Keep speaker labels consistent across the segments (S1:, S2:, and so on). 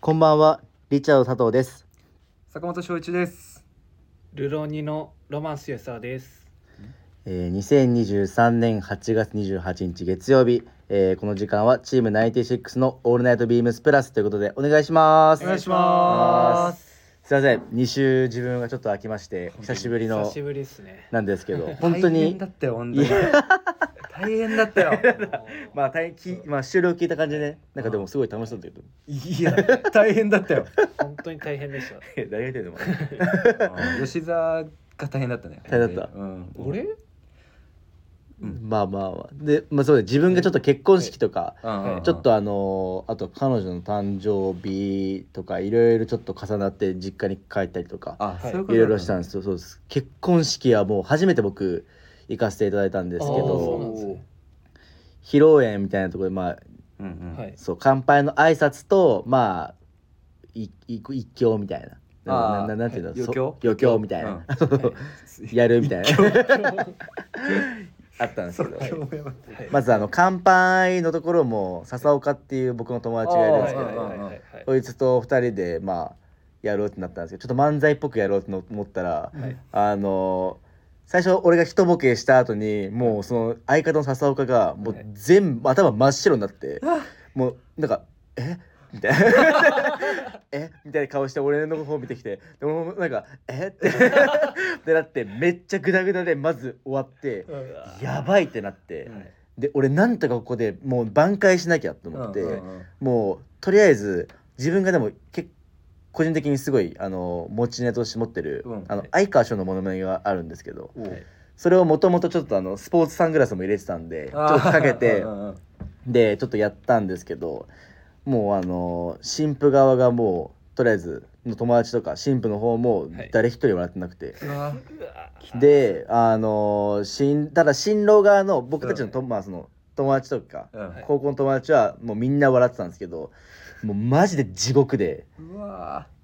S1: こんばんは、リチャード佐藤です。
S2: 坂本翔一です。
S3: ルロニのロマンス吉沢です。。
S1: えー、2023年8月28日月曜日、えーこの時間はチーム96のオールナイトビームスプラスということでお願いします。
S2: お願いします
S1: すいません、2週自分がちょっと空きまして久しぶり
S3: 久
S1: の
S3: しぶりです ね。
S1: なんですけど、本当
S2: 大変
S1: に
S2: だったよ、本当に。大変だったよ。
S1: まあ大きまあ収録聞いた感じでね、なんかでもすごい楽しそうだけど、
S2: いや、大変だったよ。
S3: 本当に大変でした。
S1: 誰が言ってんのかな？
S2: 吉沢が大変だったね。
S1: 大変だった
S2: うん。
S3: 俺？
S1: まあまあまあで、まあそうで自分がちょっと結婚式とか。
S2: うん
S1: ちょっ。とあのーあと彼女の誕生日とかいろいろちょっと重なって実家に帰ったりとか
S2: あ、そういうことだった
S1: いろいろしたんですよそうです結婚式はもう初めて僕行かせていただいたんですけ
S3: あーそうな
S1: ど
S3: んですね
S1: 披露宴みたいなところでまあ
S2: うんうん。
S3: はい。
S1: そう乾杯の挨拶とまあいい一興みたいな。な
S2: あー
S1: ななんていうの、
S2: はい
S1: そ
S2: 余興
S1: 余興みたいな、 やるみたいな あったんですけど、
S3: はい
S2: 興味は
S1: まずあの乾杯のところも笹岡っていう僕の友達がいるんですけ
S2: あーはいはい
S1: ど
S2: はい
S1: こいつと2人でまあやろうってなったんですけどちょっと漫才っぽくやろうと思ったら、
S3: はい
S1: あの最初俺が一ボケした後にもうその相方の笹岡がもう
S3: はい
S1: 全部頭真っ白になってもうなんか「えみたいな「えみたいな顔して俺の方見てきてで俺もなんか「えっ?」てってなってめっちゃグダグダでまず終わって
S3: は
S1: やばいってなってで俺なんとかここでもう挽回しなきゃと思って。
S2: うんうんうん
S1: もうとりあえず自分がでも結個人的にすごいあの持ちネタとして持ってる、
S2: うん
S1: あの
S3: はい
S1: 相川翔のものまねがあるんですけど
S2: おう
S3: はい
S1: それをもともとちょっとあのスポーツサングラスも入れてたんでちょっとかけて
S2: うんうんうん
S1: でちょっとやったんですけどもうあの新婦側がもうとりあえずの友達とか新婦の方も
S3: はい
S1: 誰一人笑ってなくて、
S2: うわ
S1: であの新ただ新郎側の僕たちのと、まあ、その友達とか
S2: うん
S3: はい
S1: 高校の友達はもうみんな笑ってたんですけどもうマジで地獄で
S2: うわ
S3: い。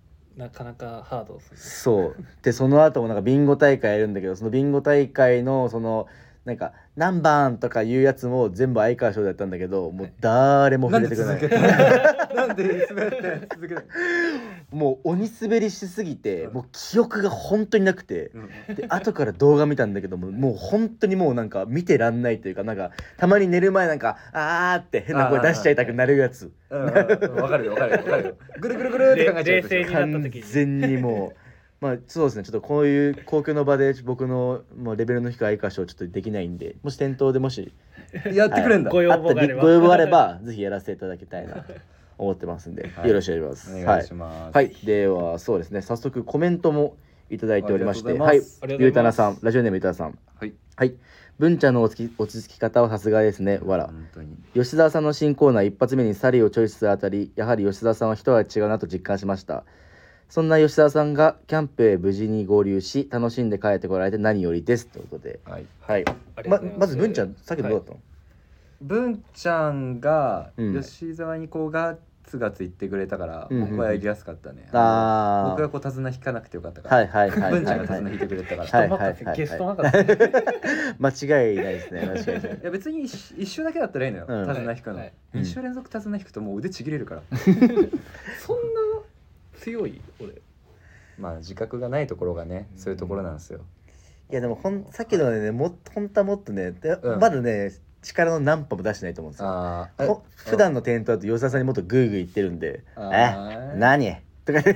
S3: なかなかハードですね。
S1: そうでその後もなんかビンゴ大会やるんだけどそのビンゴ大会のそのなんか何番とかいうやつも全部相川翔でやったんだけどもう誰も
S2: な
S1: 触
S2: ん
S1: れてく
S2: で
S1: れな
S2: 続
S1: い
S2: けたなんで滑って続けた
S1: もう鬼滑りしすぎてもう記憶が本当になくて
S2: うん
S1: で後から動画見たんだけどももう本当にもうなんか見てらんないというかなんかたまに寝る前なんか「あー」って変な声出しちゃいたくなるやつ
S2: うんうんうんわかるよわかるよわかるよぐるぐるぐるって考えちゃう
S3: 冷静になった
S1: 完
S3: 時に。
S1: 全にも うまあそうですねちょっとこういう公共の場で僕のもうレベルの低い相性ちょっとできないんでもし店頭でもし
S2: にやってくれんだ
S3: ご要望があ
S1: あっ
S3: れば
S1: ご要望あればぜひやらせていただきたいなと思ってますんで、
S2: はい
S1: よろしくお願いします
S2: お願いします
S1: はい、はい、ではそうですね早速コメントもいただいておりまして
S2: ありがと
S1: は
S2: うござい
S1: い
S2: ます
S3: ありがとうございます
S1: ゆうたなさんラジオネームゆうたなさん
S2: はい
S1: はい文ちゃんのおつき落ち着き方はさすがですねわら、
S2: 本当に
S1: 吉沢さんの新コーナー一発目にサリーをチョイスするあたりやはり吉沢さんは一味違うなと実感しましたそんな吉沢さんがキャンプへ無事に合流し楽しんで帰ってこられて何よりですということで
S2: はい
S1: はい
S3: あり
S1: ま
S3: がとうございす
S1: まず文ちゃんさっきのどうだったの、
S2: 文ちゃんが
S1: うん
S2: 吉沢にこうガッツガツ言ってくれたから、
S1: うんうんうん
S2: 僕はやりやすかったね、
S1: あー
S2: 僕がこう手綱引かなくてよかったから、
S1: はいはいはい
S2: 文ち
S1: は
S2: ゃん
S1: い
S2: が
S1: は
S2: 手
S1: い
S2: 綱引いてくれたから、
S1: はい
S3: 人任せ
S1: はい
S3: ゲスト任せ。
S1: 間違いないですね間違いない
S2: いや別に一一周だけだったらいいのよ、
S1: うん
S2: 手綱引くの、
S3: はい
S1: うん
S2: 一周連続手綱引くともう腕ちぎれるから
S3: そんな強い俺。
S2: まあ自覚がないところがねそういうところなんですよ、
S1: いやでもほんさっきのねもっと本当はもっとねで
S2: うん
S1: まだね力の何歩も出してないと思うんですよ
S2: ああ
S1: ほ普段の店頭だと吉沢さんにもっとグーグー言ってるんで「
S2: あー
S1: え何?」とか言って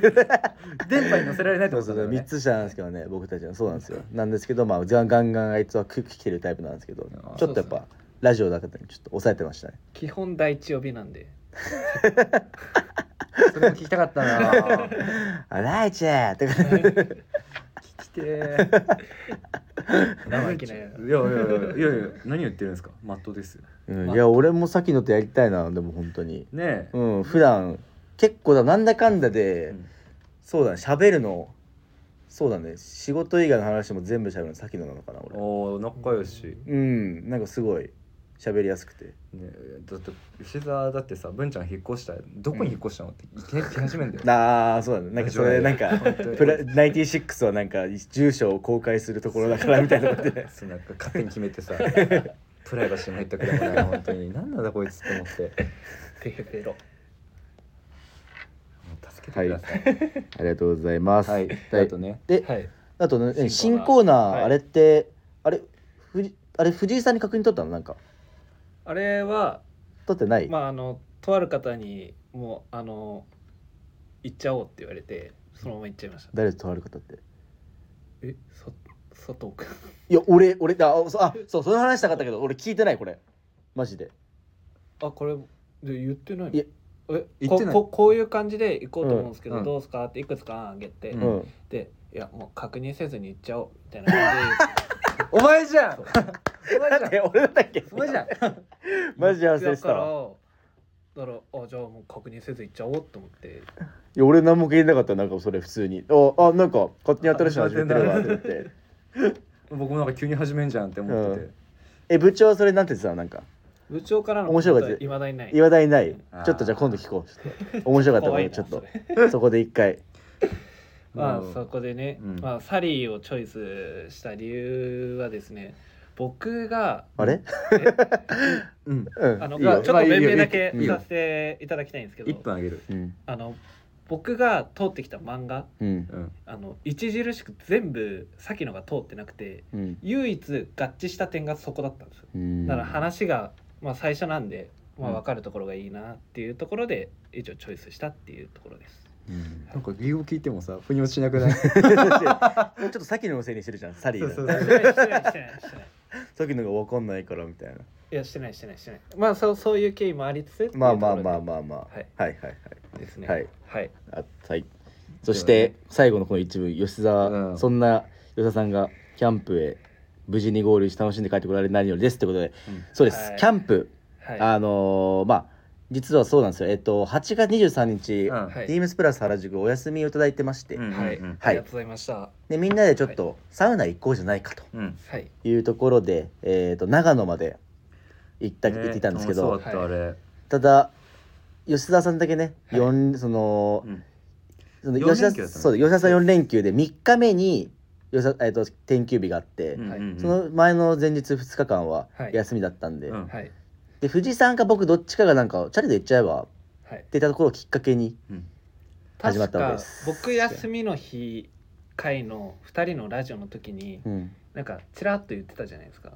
S2: 電波に乗せられないって
S1: そう
S2: こと
S1: そうそ
S2: だから
S1: う
S2: ね
S1: 3つ下なんですけどね僕たちはそうなんですよなんですけどまあガンガンガンあいつはクッキてるタイプなんですけど
S2: あー
S1: ちょっとやっ
S3: そう
S1: ぱラジオだったにちょっと抑えてましたね
S3: 基本第一呼びなんで。
S2: それも聞きたかったな聞
S1: 「あライチェー!」って
S2: きてー
S3: 生意気なやつ
S2: いやいやいやいやいや何言ってるんですかマットですよ
S1: うんいや俺もさっきのとやりたいなでも本当に
S2: ねえ、
S1: うん普段結構だなんだかんだで
S2: うん
S1: そうだね喋るのそうだね仕事以外の話も全部喋るのさっきのなのかな俺
S2: おお仲良し、
S1: うんなんかすごい喋りやすくて
S2: ね、だって吉沢だってさ文ちゃん引っ越したどこに引っ越したのっていきなり来始めんだよ、
S1: ああそうだねなんかそれなんか
S2: 本当に
S1: プラ96はなんか住所を公開するところだからみたいなことで
S2: そうなんか勝手に決めて さプライバシーも入ったくれもない本当に何なんだこいつって思って
S3: ペロペロ。
S2: 本けてください。
S1: ありがとうございます。
S2: はい。であとね、
S1: で、
S3: はい
S1: あとね
S3: 新
S1: 新
S3: コ
S1: コ
S3: ー
S1: ー
S3: ナ
S1: ナ
S3: ー
S1: ー、
S3: はい
S1: あれってあれふじあれ藤井さんに確認取ったのなんか
S3: あれは
S1: 取ってない。
S3: まああのとある方にもうあの行っちゃおうって言われてそのまま行っちゃいました
S1: 誰とある方って。
S3: えそ佐藤君
S1: いや俺俺だあそうあそうその話したかったけど俺聞いてないこれマジで。
S3: あこれで言ってないの
S1: いや
S3: え
S2: 言
S3: こ
S2: ってない
S3: ここういう感じで行こうと思うんですけど、
S2: うんうん
S3: どうすかっていくつかあげて、
S2: う
S1: うん。
S3: でいやもう確認せずに行っちゃおうみたいな感
S2: お前じゃん。お 前
S1: だっ
S2: じゃ
S1: て俺だったっけ
S2: ん。お前じゃん。
S3: じで
S1: マジで忘れてた
S3: だから
S1: わ
S3: だからあじゃあもう確認せず行っちゃおうと思って
S1: いや俺何も聞いてなかったなんかそれ普通にああなんか勝手に新しいの始めてるわって言って
S2: 僕もなんか急に始めんじゃんって思ってて。
S1: え部長はそれなんて言ってたのなんか
S3: 部長からの
S1: 面白いやつ
S3: いまだにない
S1: 言わないない
S3: うん
S1: ちょっとじゃあ今度聞こうちょっと面白かったか
S3: 怖い
S1: ら
S3: な
S1: ちょっと
S3: それ
S1: そこで一回
S3: まあ
S2: うん
S3: そこでね、
S2: うん
S3: まあ、サリーをチョイスした理由はですね僕が
S1: あれ
S2: うん。
S1: うん
S3: あの
S1: いいよ
S3: ちょっと弁明だけ
S1: いいよ
S3: させていただきたいんですけど
S2: 一分あげる。
S1: うん
S3: あの僕が通ってきた漫画
S1: うん
S2: うん。
S3: あの著しく全部さっきのが通ってなくて
S1: うん
S3: 唯一合致した点がそこだったんですよ
S1: うん
S3: だから話が、まあ、最初なんで、まあ、
S2: うん
S3: 分かるところがいいなっていうところで一応チョイスしたっていうところ です
S1: うん
S2: なんか理由を聞いてもさ、腑に落ちなくない。
S1: もうちょっとさっきののせいにしてるじゃんサリー
S2: そうそう
S1: が
S2: そう
S3: してないしてないしてないしてない
S1: さっきのが分かんないからみたいない
S3: やしてないしてないしてないまあそうそういう経緯もありつつ
S1: まあまあまあ
S3: あ
S1: まあまあ
S3: はい
S1: はいはい
S3: ですね
S1: はいは
S3: はい
S1: いあはいそして最後のこの一部吉
S2: うん
S1: 沢そんな吉沢さんがキャンプへ無事に合流し楽しんで帰ってこられる何よりですってことでそうです
S3: はい
S1: キャンプ
S3: はい
S1: あのーまあ実はそうなんですよえっと8月23日
S2: うん
S3: はい
S1: Teams プラス原宿お休みをいただいてまして、
S2: うん
S3: はい、
S2: うん
S3: ありがとうございましたは
S1: でみんなでちょっとサウナ行こうじゃないかと
S2: うん。
S3: い
S1: いうところで、えー、と長野まで行った、
S2: ね
S1: 行ってきたんですけ
S2: そ
S1: ど
S2: うだったあれ。
S1: ただ吉沢さんだけね、
S3: はい
S1: 四その
S2: うん
S1: その
S2: 四連
S1: 吉
S2: 休だ
S1: 田
S2: ったの
S1: そう吉田さん4連休で3日目に吉田、えー、と天休日があって、
S2: うんうんうん
S1: その前の前日2日間は
S3: はい
S1: 休みだったんで,、
S2: うん
S3: はい
S1: で藤井さんか僕どっちかがなんかチャリで行っちゃえば
S3: はい
S1: って言ったところをきっかけに
S2: うん
S1: 始ま
S3: 確
S1: ったわけ
S3: か
S1: です
S3: 僕休みの日会の2人のラジオの時に
S1: うん
S3: なんかちらっと言ってたじゃないですか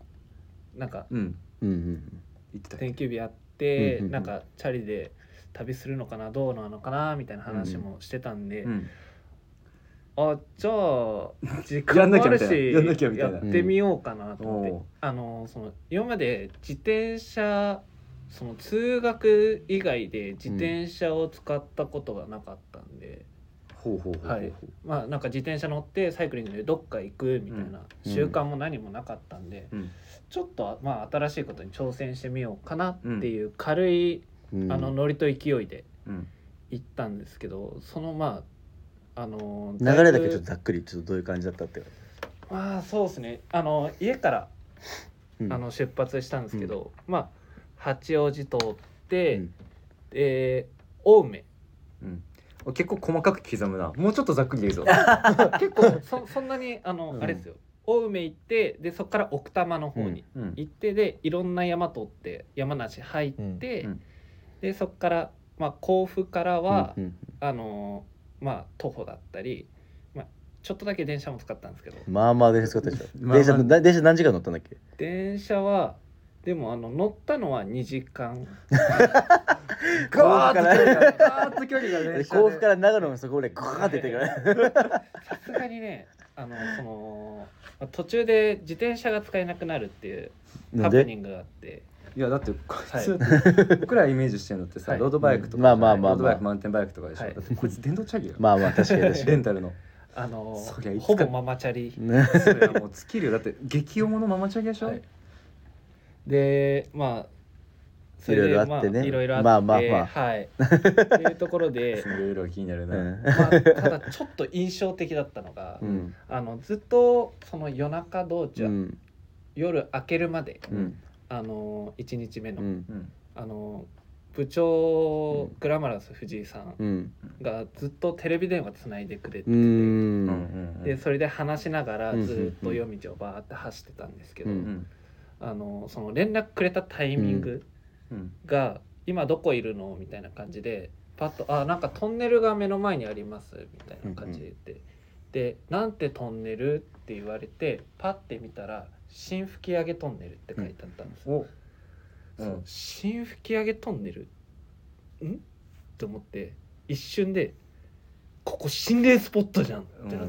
S3: なんか
S2: うん。
S1: うんうん
S2: 言ってたっけ。
S3: 天休日あって
S1: うんうんうん
S3: なんかチャリで旅するのかなどうなのかなみたいな話もしてたんで、
S2: うん。
S3: あじゃあ時
S2: や
S3: 間
S2: んな
S3: も
S2: き
S3: あ
S2: ゃみ
S3: る
S2: たい
S3: し
S2: なやんなきゃみたいな
S3: やってみようかなと思って、
S2: うんおう
S3: あのその今まで自転車その通学以外で自転車を使ったことがなかったんで、
S2: ほうほうほうほう。
S3: はいまあなんか自転車乗ってサイクリングでどっか行くみたいな
S1: うん
S3: 習慣も何もなかったんで、
S2: うん
S3: ちょっとまあ新しいことに挑戦してみようかなっていう軽い、
S1: うん
S3: あのノリと勢いで
S2: うん。
S3: 行ったんですけどそのまああの
S1: 流れだけ
S3: ぶ
S1: ちょっとざっくりちょっとどういう感じだったっていう
S3: まあそうですねあの家から
S1: うん
S3: あの出発したんですけど、まあ八王子通って、
S1: うん
S3: で青梅
S2: うん。結構細かく刻むな。もうちょっとざっくり でいいぞ。
S3: 結構 そそんなにあの、
S1: うん
S3: あれですよ青梅行ってでそこから奥多摩の方に
S2: うん。
S3: 行って、でいろんな山通って山梨入って、
S2: うんうん
S3: でそこから、まあ、甲府からは、
S1: うん
S3: あのまあ徒歩だったり、まあ、ちょっとだけ電車も使ったんですけど
S1: うんまあ まあ電車使ったでしょ
S2: まあまあ
S1: 電車な電車何時間乗ったんだっけ
S3: 電車はでもあの乗ったのは2時間
S2: ガーッと距離がガーッと距離が
S1: で
S2: ね。
S1: 甲府から長野のそこでガーって出て から
S3: さすがにねあのそのまあ途中で自転車が使えなくなるっていう
S1: な
S3: ハ
S1: ん
S3: プニ
S1: で
S3: ングがあって
S2: いやだってこいつ、僕らイメージしてるのってさ、
S3: はい
S2: ロードバイクとか、
S1: まあまあまあまあ
S2: ロードバイクマウンテンバイクとかでしょ、
S3: はい
S2: だってこいつ電動チャリやん、
S1: まあまあ確かに確か
S2: レンタルの
S3: あの
S2: そりゃいつか
S3: ほぼママチャリ
S1: にね
S2: それはもう尽きるよだって激重のママチャリでしょ、
S3: はいでまあそれ
S1: い
S3: で
S1: ろいろあってね
S3: まあいろいろあって
S1: まあまあまあ
S3: はいっていうところ で、
S2: いろいろ気になる
S1: う
S2: な、
S1: ん
S3: まあ、ただちょっと印象的だったのが、
S1: うん
S3: あのずっとその夜中道中、
S1: うん
S3: 夜明けるまで
S1: うん
S3: あの1日目の、
S1: うん
S2: うん
S3: あの部長、
S1: うん
S3: グラマラス藤井さん
S1: うん
S3: がずっとテレビ電話つないでくれてて、
S1: う
S2: うんんう
S1: うん
S2: ん
S3: でそれで話しながら
S1: うん
S3: ずっと夜道をバーって走ってたんですけど、
S1: う
S2: うんん
S3: あのその連絡くれたタイミング
S2: うん
S3: が今どこいるの?」みたいな感じでパッと「あなんかトンネルが目の前にあります」みたいな感じで言って、で「なんてトンネル?」って言われてパッて見たら「新吹上げトンネル」って書いてあったんですよ、
S2: おう
S3: そうん新吹き上げトンネルんって思って一瞬で「ここ心霊スポットじゃん」ってな
S2: うんう
S3: って、
S2: んう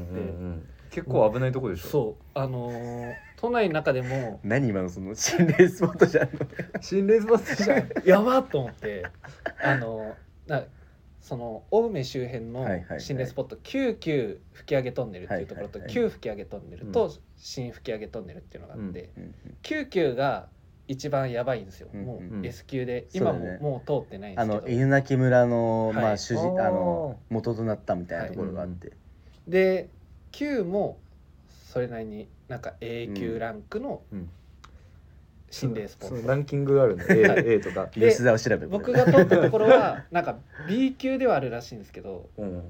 S2: ん結構危ないとこでしょ、
S3: そうあのー都内の中 でも
S1: 何今のその心霊スポットじゃんの
S2: 心霊スポットじゃん
S3: やばっと思ってあのーなその青梅周辺の
S1: はいはいはい
S3: 心霊スポット九九吹き上げトンネルっていうところと
S1: はいはいはい
S3: 旧吹き上げトンネルと新吹き上げトンネルっていうのがあって
S1: うん
S3: 九九が一番やばいんですよ
S1: うん
S3: も
S1: う
S3: うん S 級で
S1: そう
S3: 今
S1: だ
S3: も
S1: ね
S3: もう通ってないんで
S1: あ
S3: すけど
S1: の犬鳴村の、
S3: はい
S1: まあ主人
S2: あー
S1: あの元となったみたいなところがあって、
S3: で Q もそれなりになんか A 級ランクの
S2: うん
S3: 心霊スポ
S2: その
S3: ット、
S2: ランキングがあるの A, A とか、
S3: で
S1: 吉沢調べこれ
S3: 僕が撮ったとこ ろはなんか B 級ではあるらしいんですけど
S2: うん、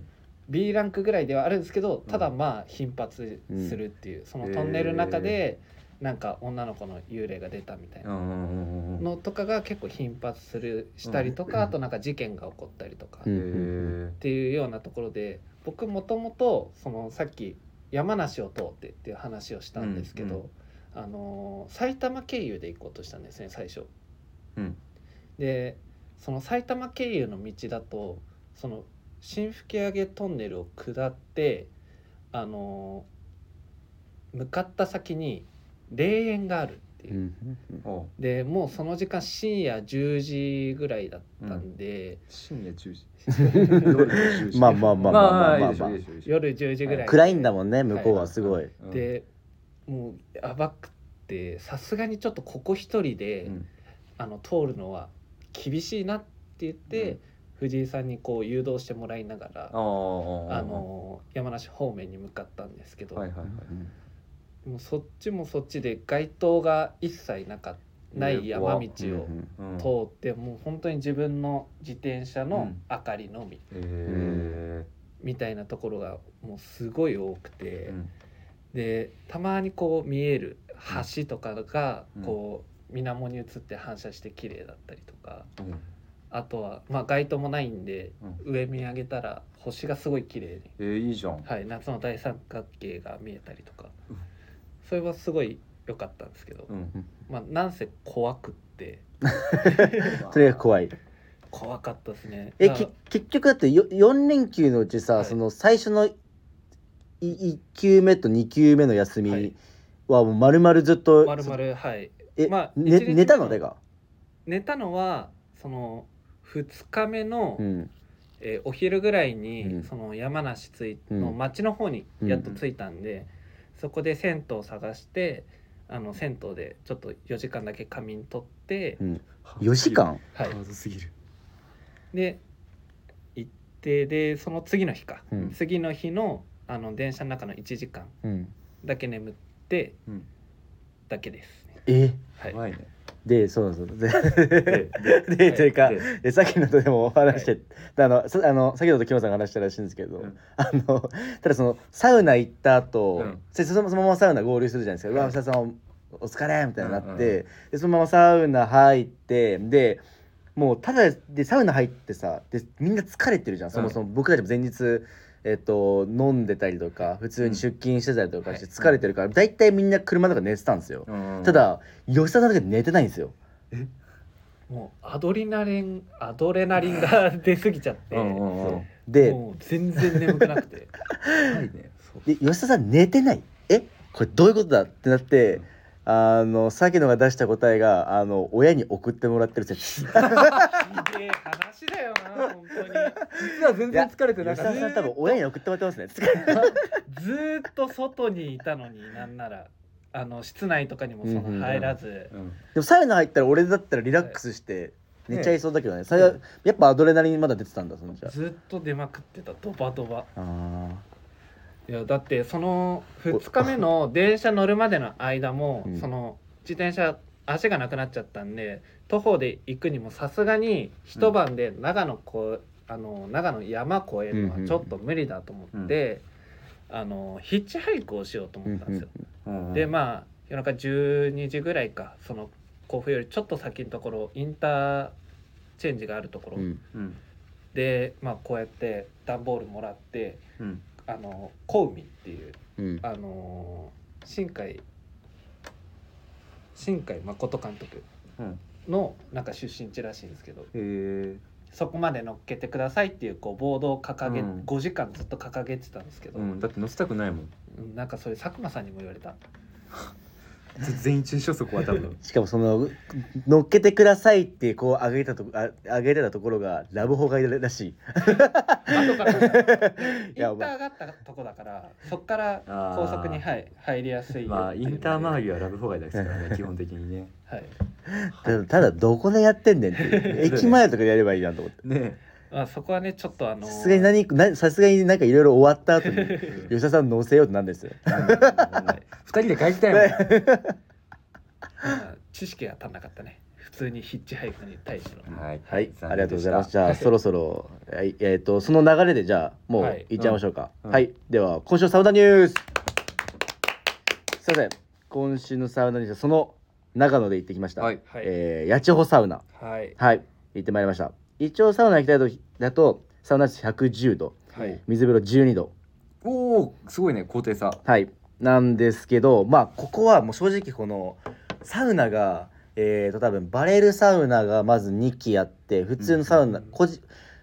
S3: B ランクぐらいではあるんですけどただ
S2: うん
S3: まあ頻発するっていう、そのトンネルの中でなんか女の子の幽霊が出たみたいなのとかが結構頻発するしたりとか、
S2: うん
S3: あとなんか事件が起こったりとか、
S1: うん
S3: っていうようなところで僕もともとそのさっき山梨を通ってっていう話をしたんですけど、
S2: うん
S3: あのー埼玉経由で行こうとしたんですね最初。
S2: うん
S3: でその埼玉経由の道だとその新吹上トンネルを下ってあのー向かった先に霊園があるっていう
S1: う。んうん
S2: おう
S3: でもうその時間深夜10時ぐらいだったんで、
S2: 深夜10 時
S1: まあまあまあまあまあまあ
S2: いいでしょいいでしょいいでしょ
S3: 夜10時ぐらい
S1: 暗いんだもんね向こうはすごい、
S2: うん
S3: でもうやばくってさすがにちょっとここ一人で、
S2: うん
S3: あの通るのは厳しいなって言って、
S2: うん
S3: 藤井さんにこう誘導してもらいなが
S2: あ
S3: ら、
S2: ー
S3: あの山梨方面に向かったんですけど、
S2: はいはいはい
S3: もうそっちもそっちで街灯が一切なかない山道
S2: うん
S3: を通って、もう本当に自分の自転車
S2: う
S3: の
S2: ん
S3: 明かりのみ、
S2: え
S3: みたいなところがもうすごい多くて。
S2: ーうん
S3: でたまにこう見える橋とかが
S2: うん
S3: こう水面に映って反射して綺麗だったりとか
S2: うん
S3: あとはまあ街灯もないんで
S2: う
S3: 上見上げたら星がすごい綺麗に
S2: えーいいじゃん
S3: はい夏の大三角形が見えたりとか
S2: うん
S3: それはすごい良かったんですけど
S2: うん
S3: まあなんせ怖くって
S1: とにかく怖い
S3: 怖かったですね
S1: え
S3: だか
S1: き
S3: ら
S1: 結局だってよ4連休のうちさ、
S3: はい
S1: その最初のい1休目と2休目の休み
S3: はい
S1: はもう丸々ずっと、
S3: まるまるはい
S1: え、
S3: まあ
S1: ね
S3: 一日目
S1: 寝たのでが、
S3: 寝たのはその2日目の
S1: うん、
S3: えーお昼ぐらいに、
S1: うん
S3: その山梨つい
S1: うん
S3: の町の方にやっと着いたんで、そこで銭湯を探してあの銭湯でちょっと4時間だけ仮眠取って、
S1: 4時間
S3: は
S2: ハードすぎる
S3: い、で行ってでその次の日か、
S1: うん
S3: 次の日のあの電車の中の1時間
S1: うん
S3: だけ眠って
S2: うん
S3: だけですね、
S1: え
S3: はい
S2: 怖いね
S1: でそうそうで
S2: で
S1: ででというか
S2: で
S1: でさっきのとでもお話して、あのさあの先ほどキムさんが話したらしいんですけど、
S2: うん
S1: あのただそのサウナ行った後、
S2: うん
S1: せそのそのままサウナ合流するじゃないですか「う
S2: は
S1: わ
S2: い
S1: 吉田さんお疲れ」みたいになって、
S2: うんうん
S1: でそのままサウナ入ってでもうただでサウナ入ってさでみんな疲れてるじゃんそもそも僕たちも前日、えっと飲んでたりとか普通に出勤してたりとかして
S3: うん
S1: 疲れてるから、大体みんな車の中で寝てたんですよ、
S2: うん
S1: ただ吉田さんだけ寝てないんですよ
S3: もうアドリナリンアドレナリンが出過ぎちゃって、
S2: うんうんうん
S1: で
S3: もう全然眠くなくて
S2: 怖いね
S3: そう
S1: で吉田さん寝てないえこれどういうことだってなって、
S2: うん
S1: あのさっきのが出した答えがあの親に送ってもらってる説
S3: ひでえ話だよな本当に
S2: 実は全然疲れ
S1: 吉
S2: てな
S1: 田
S2: か
S1: さ
S2: っ
S1: ん
S2: た
S1: 多分親に送ってもらってますね
S3: ずーっと外にいたのになんならあの室内とかにもその入らず、
S2: うん
S1: でもサウナ入ったら俺だったらリラックスして
S2: はい
S1: 寝ちゃいそうだけどねそれはやっぱアドレナリンまだ出てたんだそんじゃ
S3: ずーっと出まくってたドバドバ
S1: あー
S3: いやだってその2日目の電車乗るまでの間も、
S1: うん
S3: その自転車足がなくなっちゃったんで徒歩で行くにもさすがに一晩で長野こうあの長野山越えるのはちょっと無理だと思って、あのヒッチハイクをしようと思ったんですよ。
S2: うんうん
S3: でまあ夜中12時ぐらいかその甲府よりちょっと先のところインターチェンジがあるところ、
S1: うん
S2: うん
S3: で、まあ、こうやって段ボールもらって
S2: うん
S3: あの小海っていう
S1: うん
S3: あのー新海新海誠監督
S2: うん
S3: のなんか出身地らしいんですけど
S2: へえ
S3: そこまで乗っけてくださいっていうこうボードを掲げ、
S2: うん
S3: 5時間ずっと掲げてたんですけど、
S2: うんだって載せたくないもん
S3: なんかそれ佐久間さんにも言われた
S2: ぜ 全員中所そこは 多分
S1: しかもその乗っけてくださいってこう上げたとあ上げてたところがラブホがいるらしい。
S3: 後からインタ
S1: や
S3: ー
S1: ばい
S3: 上がったとこだからそこから
S2: あー
S3: 高速に、はい、入りやすいよ
S2: まあインター周
S3: り、
S2: りはラブホガイですからね基本的にね
S3: はい
S1: ただただどこでやってんねんっていう駅前とかでやればいいなと思って。
S2: ね
S3: まあ、そこはねちょっとあのー
S1: さすがに何なさすがになんかいろいろ終わった後に
S2: え
S1: 吉田さん乗せようってなんですよ。
S2: なんだろうなんだろう二人で帰りたいもん
S3: まあ知識が足んなかったね普通にヒッチハイクに対しての
S2: はい、
S1: はい、
S2: 残
S1: あ
S2: 念
S1: りがとうございます。
S2: でし
S1: じゃあ、そろそろ、はい、えっ、と、その流れで、じゃあ、もう、
S3: はい
S1: いっちゃいましょうか。
S2: う
S1: は
S2: ん。
S1: い、では、今週のサウナニュース。すいません、今週のサウナニュース、その長野で行ってきましたた。
S2: はい、
S3: はい、
S1: えー八千穂サウナ。
S3: はい
S1: はい、行ってまいりました。一応、サウナ行きたいと、だと、サウナ室110度、
S3: はい
S1: 水風呂12度。
S2: おお、すごいね、高低差。
S1: はい、なんですけど、まあ、ここはもう正直、このサウナが。えー、と多分バレルサウナがまず2基あって普通のサウナ、
S3: うん
S1: こじ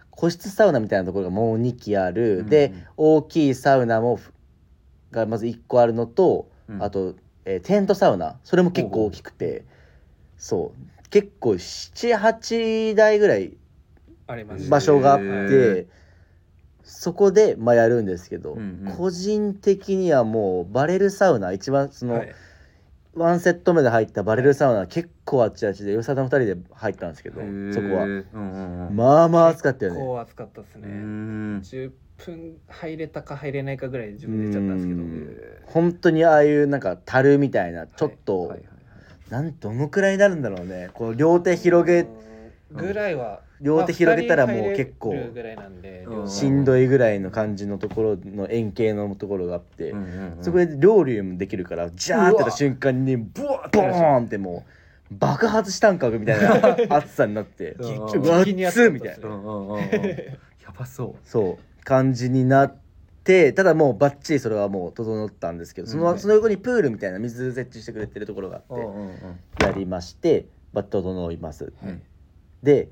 S1: 個室サウナみたいなところがもう2基ある、
S2: うん
S1: で大きいサウナもふがまず1個あるのと、
S2: うん
S1: あと、えーテントサウナそれも結構大きくてそう結構78台ぐらい
S3: あります
S1: 場所があって、
S2: へー
S1: そこで、まあ、やるんですけど、
S2: うんうん
S1: 個人的にはもうバレルサウナ一番その、
S3: はい
S1: ワンセット目で入ったバレルサウナ結構あっちあっちでよさだの2人で入ったんですけど
S2: へー
S1: そこ
S2: う
S1: は
S2: んうんうん。
S1: まあまあ暑かったよね
S3: こう暑かったです
S2: う
S3: ね、
S2: ーん。
S3: 10分入れたか入れないかぐらいで自分で出ちゃったんですけど、
S1: うん本当にああいうなんか樽みたいなちょっと、
S2: はいはいはい
S1: なんどのくらいになるんだろうねこう両手広げ
S3: ぐらいは、
S1: 両手広げたらもう結構
S3: まあ二人入れるぐらいなんで、
S2: うん
S3: 両手
S1: しんどいぐらいの感じのところの円形のところがあって、
S2: うんうんうん
S1: そこで料理もできるからジャーンってやった瞬間に
S2: ブワーって
S1: ボ
S2: なっちゃう
S1: ーンってもう爆発したんかみたいな 暑さになって
S2: うん
S1: うわっつーみたい
S2: うん
S1: な
S2: うんうんうんやばそう。
S1: そう感じになってただもうバッチリそれはもう整ったんですけどその,、
S2: うん
S1: その横にプールみたいな水設置してくれてるところがあ
S2: うん
S1: っ
S2: うんうん
S1: てやりましてバッと整います、
S2: はい
S1: で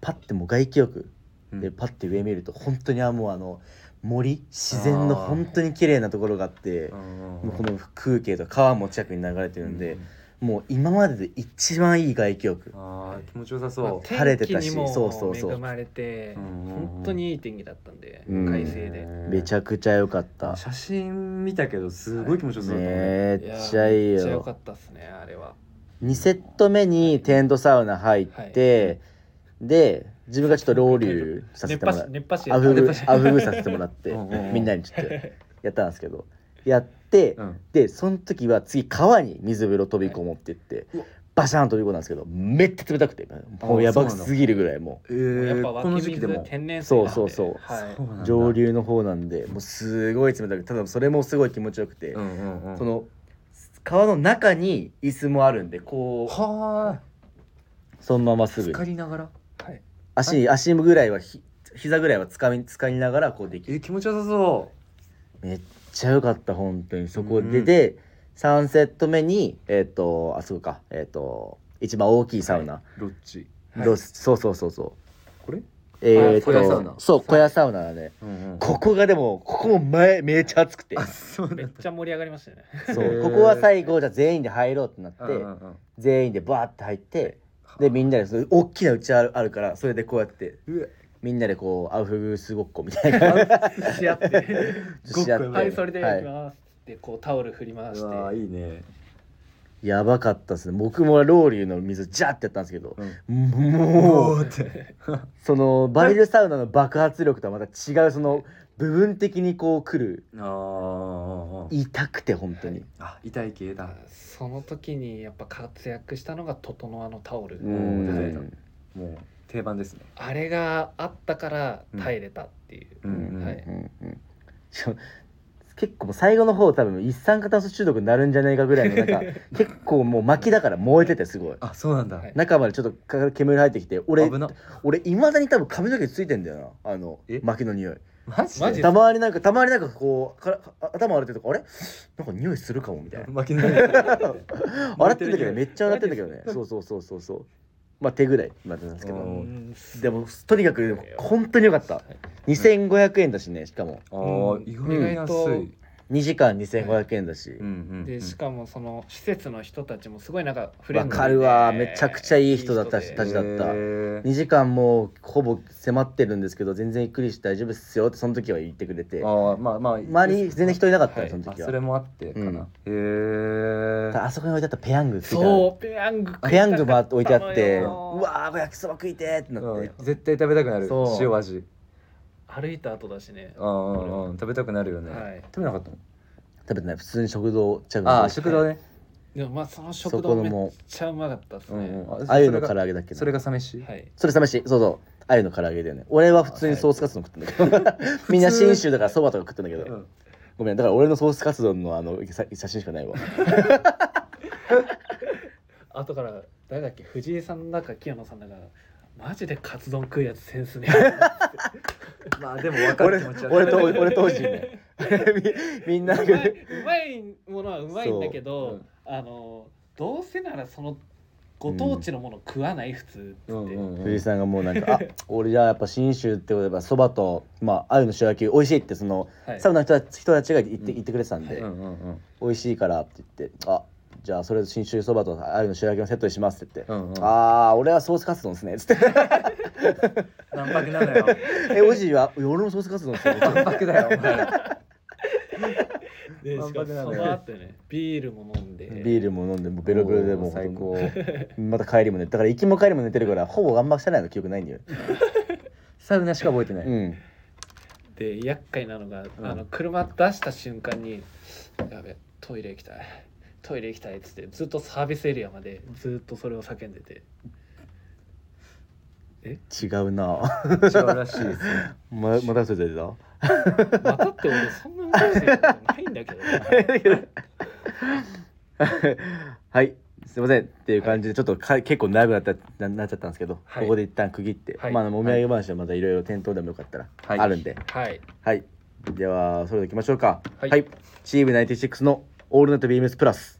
S1: パッてもう外気浴
S2: うん
S1: でパッて上見ると本当にあもうあの森自然の
S2: あー
S1: 本当に綺麗なところがあって
S2: うんうん
S1: もうこの風景と川も近くに流れてるんで、もう今までで一番いい外気浴
S2: ああ気持ちよさそう。
S1: 晴れてたし
S3: 天気にも
S1: そうそうそう
S3: 恵まれて、
S2: うんうんうん
S3: 本当にいい天気だったんで、
S1: うん
S3: 快晴で、
S1: めちゃくちゃ良かった
S2: 写真見たけどすごい気持ちよさそうだったもんね。
S1: めっちゃいい
S3: やめっちゃ良
S1: よ
S3: かったですねあれは
S1: 2セット目にテントサウナ入って、で自分がちょっとロウリュさせ
S3: 熱
S1: てもら
S3: 波師
S1: って
S3: 熱波師や
S1: ア
S3: った
S1: フ
S2: 熱
S1: グ
S2: 波師
S1: アフグさせてもらって
S2: うんうんうん
S1: みんなにちょっとやったんですけどやって、
S2: うん
S1: でその時は次川に水風呂飛び込もうって言って、
S2: うわ
S1: バシャーン飛び込んだんですけどめっちゃ冷たくてもうやばすぎるぐらいも
S2: え
S3: やっぱ
S2: ーこ
S3: 湧
S2: の
S3: き
S2: 時期で
S3: 水
S2: も。
S3: 天然水なんで
S1: そうそうそう
S3: はい
S2: そうなん
S1: う
S2: だ
S1: 上。流の方なんでもうすごい冷たくてただそれもすごい気持ちよくて、
S2: うんうんうん。
S1: その川の中に椅子もあるんでこう
S2: はあ。
S1: そのまますぐ
S2: 浸
S1: に
S2: かりながら。
S3: はい
S1: 足に足ぐらいはひ膝ぐらいはつかみつかりながらこうでき
S2: え
S1: る
S2: 気持ちよさそ
S1: めっちゃ良かった本当にそこで、
S2: うん
S1: で3セット目にえっ、とあそうかえっ、と一番大きいサウナ、
S2: う。ロッチ。
S3: はい
S1: どうすそうそうそうそう
S2: これ？
S1: えー、
S2: 小屋サウナ
S1: とそう小屋サウナだね
S2: うんうん。
S1: ここがでもここも前めっちゃ暑くて
S2: あそうなん
S3: め
S2: だ
S3: っ。ちゃ盛り上がりましたね
S1: そうここは最後じゃあ全員で入ろうってなって
S2: うんうん
S1: 全員でバーって入ってでみんなでその大きなうちあるあるからそれでこうやって
S2: うん。うわ
S1: みんなでこうアウフグースごっこみたいな
S3: し合って
S1: し合って
S2: ごっこやば
S3: はいそれで
S1: は
S3: 行き
S1: い
S3: ますってこうタオル振り回し
S2: う
S3: て
S2: わいいね。
S1: やばかったっすね僕もロウリュの水ジャーってやったんですけど
S2: うん
S1: もう
S2: ーって。
S1: そのバレルサウナの爆発力とはまた違うその部分的にこう来る
S2: ああ。
S1: 痛くて本当に
S2: あ痛い系だ。
S3: その時にやっぱ活躍したのが整わのタオル、
S2: う
S1: うんん
S2: もう定番ですね。
S3: あれがあったから耐えれたっていう、
S2: うんうん
S3: はい
S1: うんうん、ちょ結構もう最後の方多分一酸化炭素中毒になるんじゃないかぐらいのなんか結構もう薪だから燃えててすごい
S2: あそうなんだ、
S3: はい
S1: 中までちょっとかか煙入ってきて俺
S2: 危な
S1: 俺いまだに多分髪の毛ついてんだよなあの
S2: え
S1: 薪の匂い
S2: マジで
S3: マジ
S1: たまになんかたまになんかこうからあ頭洗ってるとこあれなんか匂いするかもみたいな
S2: 負けない
S1: 洗ってんだけどねめ
S2: っ
S1: っちゃ洗ってんだけどねそうそうそうそうそうまあ手ぐらいまでなんですけ
S2: う
S1: ど
S3: ん
S1: でもとにかくでも本当によかった2500円だしねしかも
S2: あー意外な安い、
S1: 2時間2500円だし
S2: うんうん
S3: でしかもその施設の人たちもすごいなんかフレ
S1: わ
S3: ンド
S1: かるわめちゃくちゃいい人だったし
S3: で
S1: たちだっ
S2: へ
S1: た
S2: ー
S1: 2時間もうほぼ迫ってるんですけど全然ゆっくりして大丈夫っすよってその時は言ってくれて
S2: ああまあまあ
S1: 周りに全然人いなかったよ
S3: はい
S1: その
S2: あ
S1: 時
S2: それ
S1: は
S2: もあってかな、
S1: うん
S2: へ
S1: た
S2: え
S1: だあそこに置いてあったペヤングって言ってたの
S3: そうペヤング
S1: ペヤングも置いてあってう
S3: わ
S1: わー焼きそば食いてーってなって
S2: 絶対食べたくなる
S1: そう
S2: 塩味
S3: 歩いた後だしね
S2: うんうんうん食べたくなるよね、
S3: はい
S2: 食べなかったの
S1: 食べてない普通に食堂ちゃう
S2: ああ食堂ね、
S3: でもまあその
S1: そ
S3: 食
S1: こ
S3: 堂
S1: の
S3: めっ
S1: も
S3: ちゃうまかったです
S2: う
S3: ね、
S2: んうん
S1: あゆの
S2: それが
S1: 唐揚げだっけど
S2: それがサメシ、
S3: はい
S1: それ試しそうそうあゆの唐揚げだよね俺は普通にソースカツ丼食ったんだけど みんな信州だからそばとか食ったんだけど、
S2: うん
S1: ごめんだから俺のソースカツ丼のあのさ写真しかないわ
S3: 後から誰だっけ藤井さんだか清野さんだかマジでカツ丼食うやつセンス ね
S2: まあでも分か
S1: 俺
S2: る気持ちは
S1: 俺と俺当時 ねみみん
S3: う
S1: な
S3: まいうまいものはうまいんだ
S2: そう
S3: け
S2: う
S3: ど
S2: ん、
S3: あのどうせならそのご当地のもの食わない普通っつ
S2: うん
S3: っ
S2: う
S3: て、
S2: んうん
S1: 藤井さんがもうなんか「あ俺じゃあやっぱ信州ってことばそばとまああゆの塩焼き美味しい」ってその
S3: はい
S1: サウナの人たち人たちが言って,、
S2: うん
S1: 言ってくれてたんで、
S2: うんうんうん
S1: 美味しいからって言って「あじゃあそれ信州そばとあゆの塩焼きのセットにします」って言って「
S2: うんうん
S1: ああ俺はソースカツ丼ですね」っつって
S2: 何泊なの よ
S1: 「えおじいは俺のソースカツ丼 ですよ」
S2: 何泊だよお前
S3: で
S2: わん
S3: しか
S2: ぱ
S3: も
S2: くなの
S3: そ
S2: よ
S3: の後ねビールも飲んで
S1: ビールも飲んでもうベロベロでもう
S2: 最高
S1: また帰りも寝てだから行きも帰りも寝てるからほぼあんましてないの記憶ないんだよ、
S2: サウナしか覚えてない、
S1: うん、
S3: で厄介なのが、
S2: うん
S3: あの車出した瞬間に「やべトイレ行きたいトイレ行きたい」っつってずっとサービスエリアまでずっとそれを叫んでて
S1: 違うな
S2: 違うらしいですね
S1: ままたそれ出てた
S3: 「またって俺そんな難しいことないんだけどな」
S1: はいすいませんっていう感じでちょっとか結構長くなったななっちゃったんですけど、
S3: はい
S1: ここで一旦区切って、
S3: はい
S1: まああのお土産話はまたいろいろ店頭でもよかったら
S2: はい
S1: あるんで、
S3: はい
S1: はい、ではそれでいきましょうか
S3: はい
S1: チーム96の「オールナイトビームスプラス」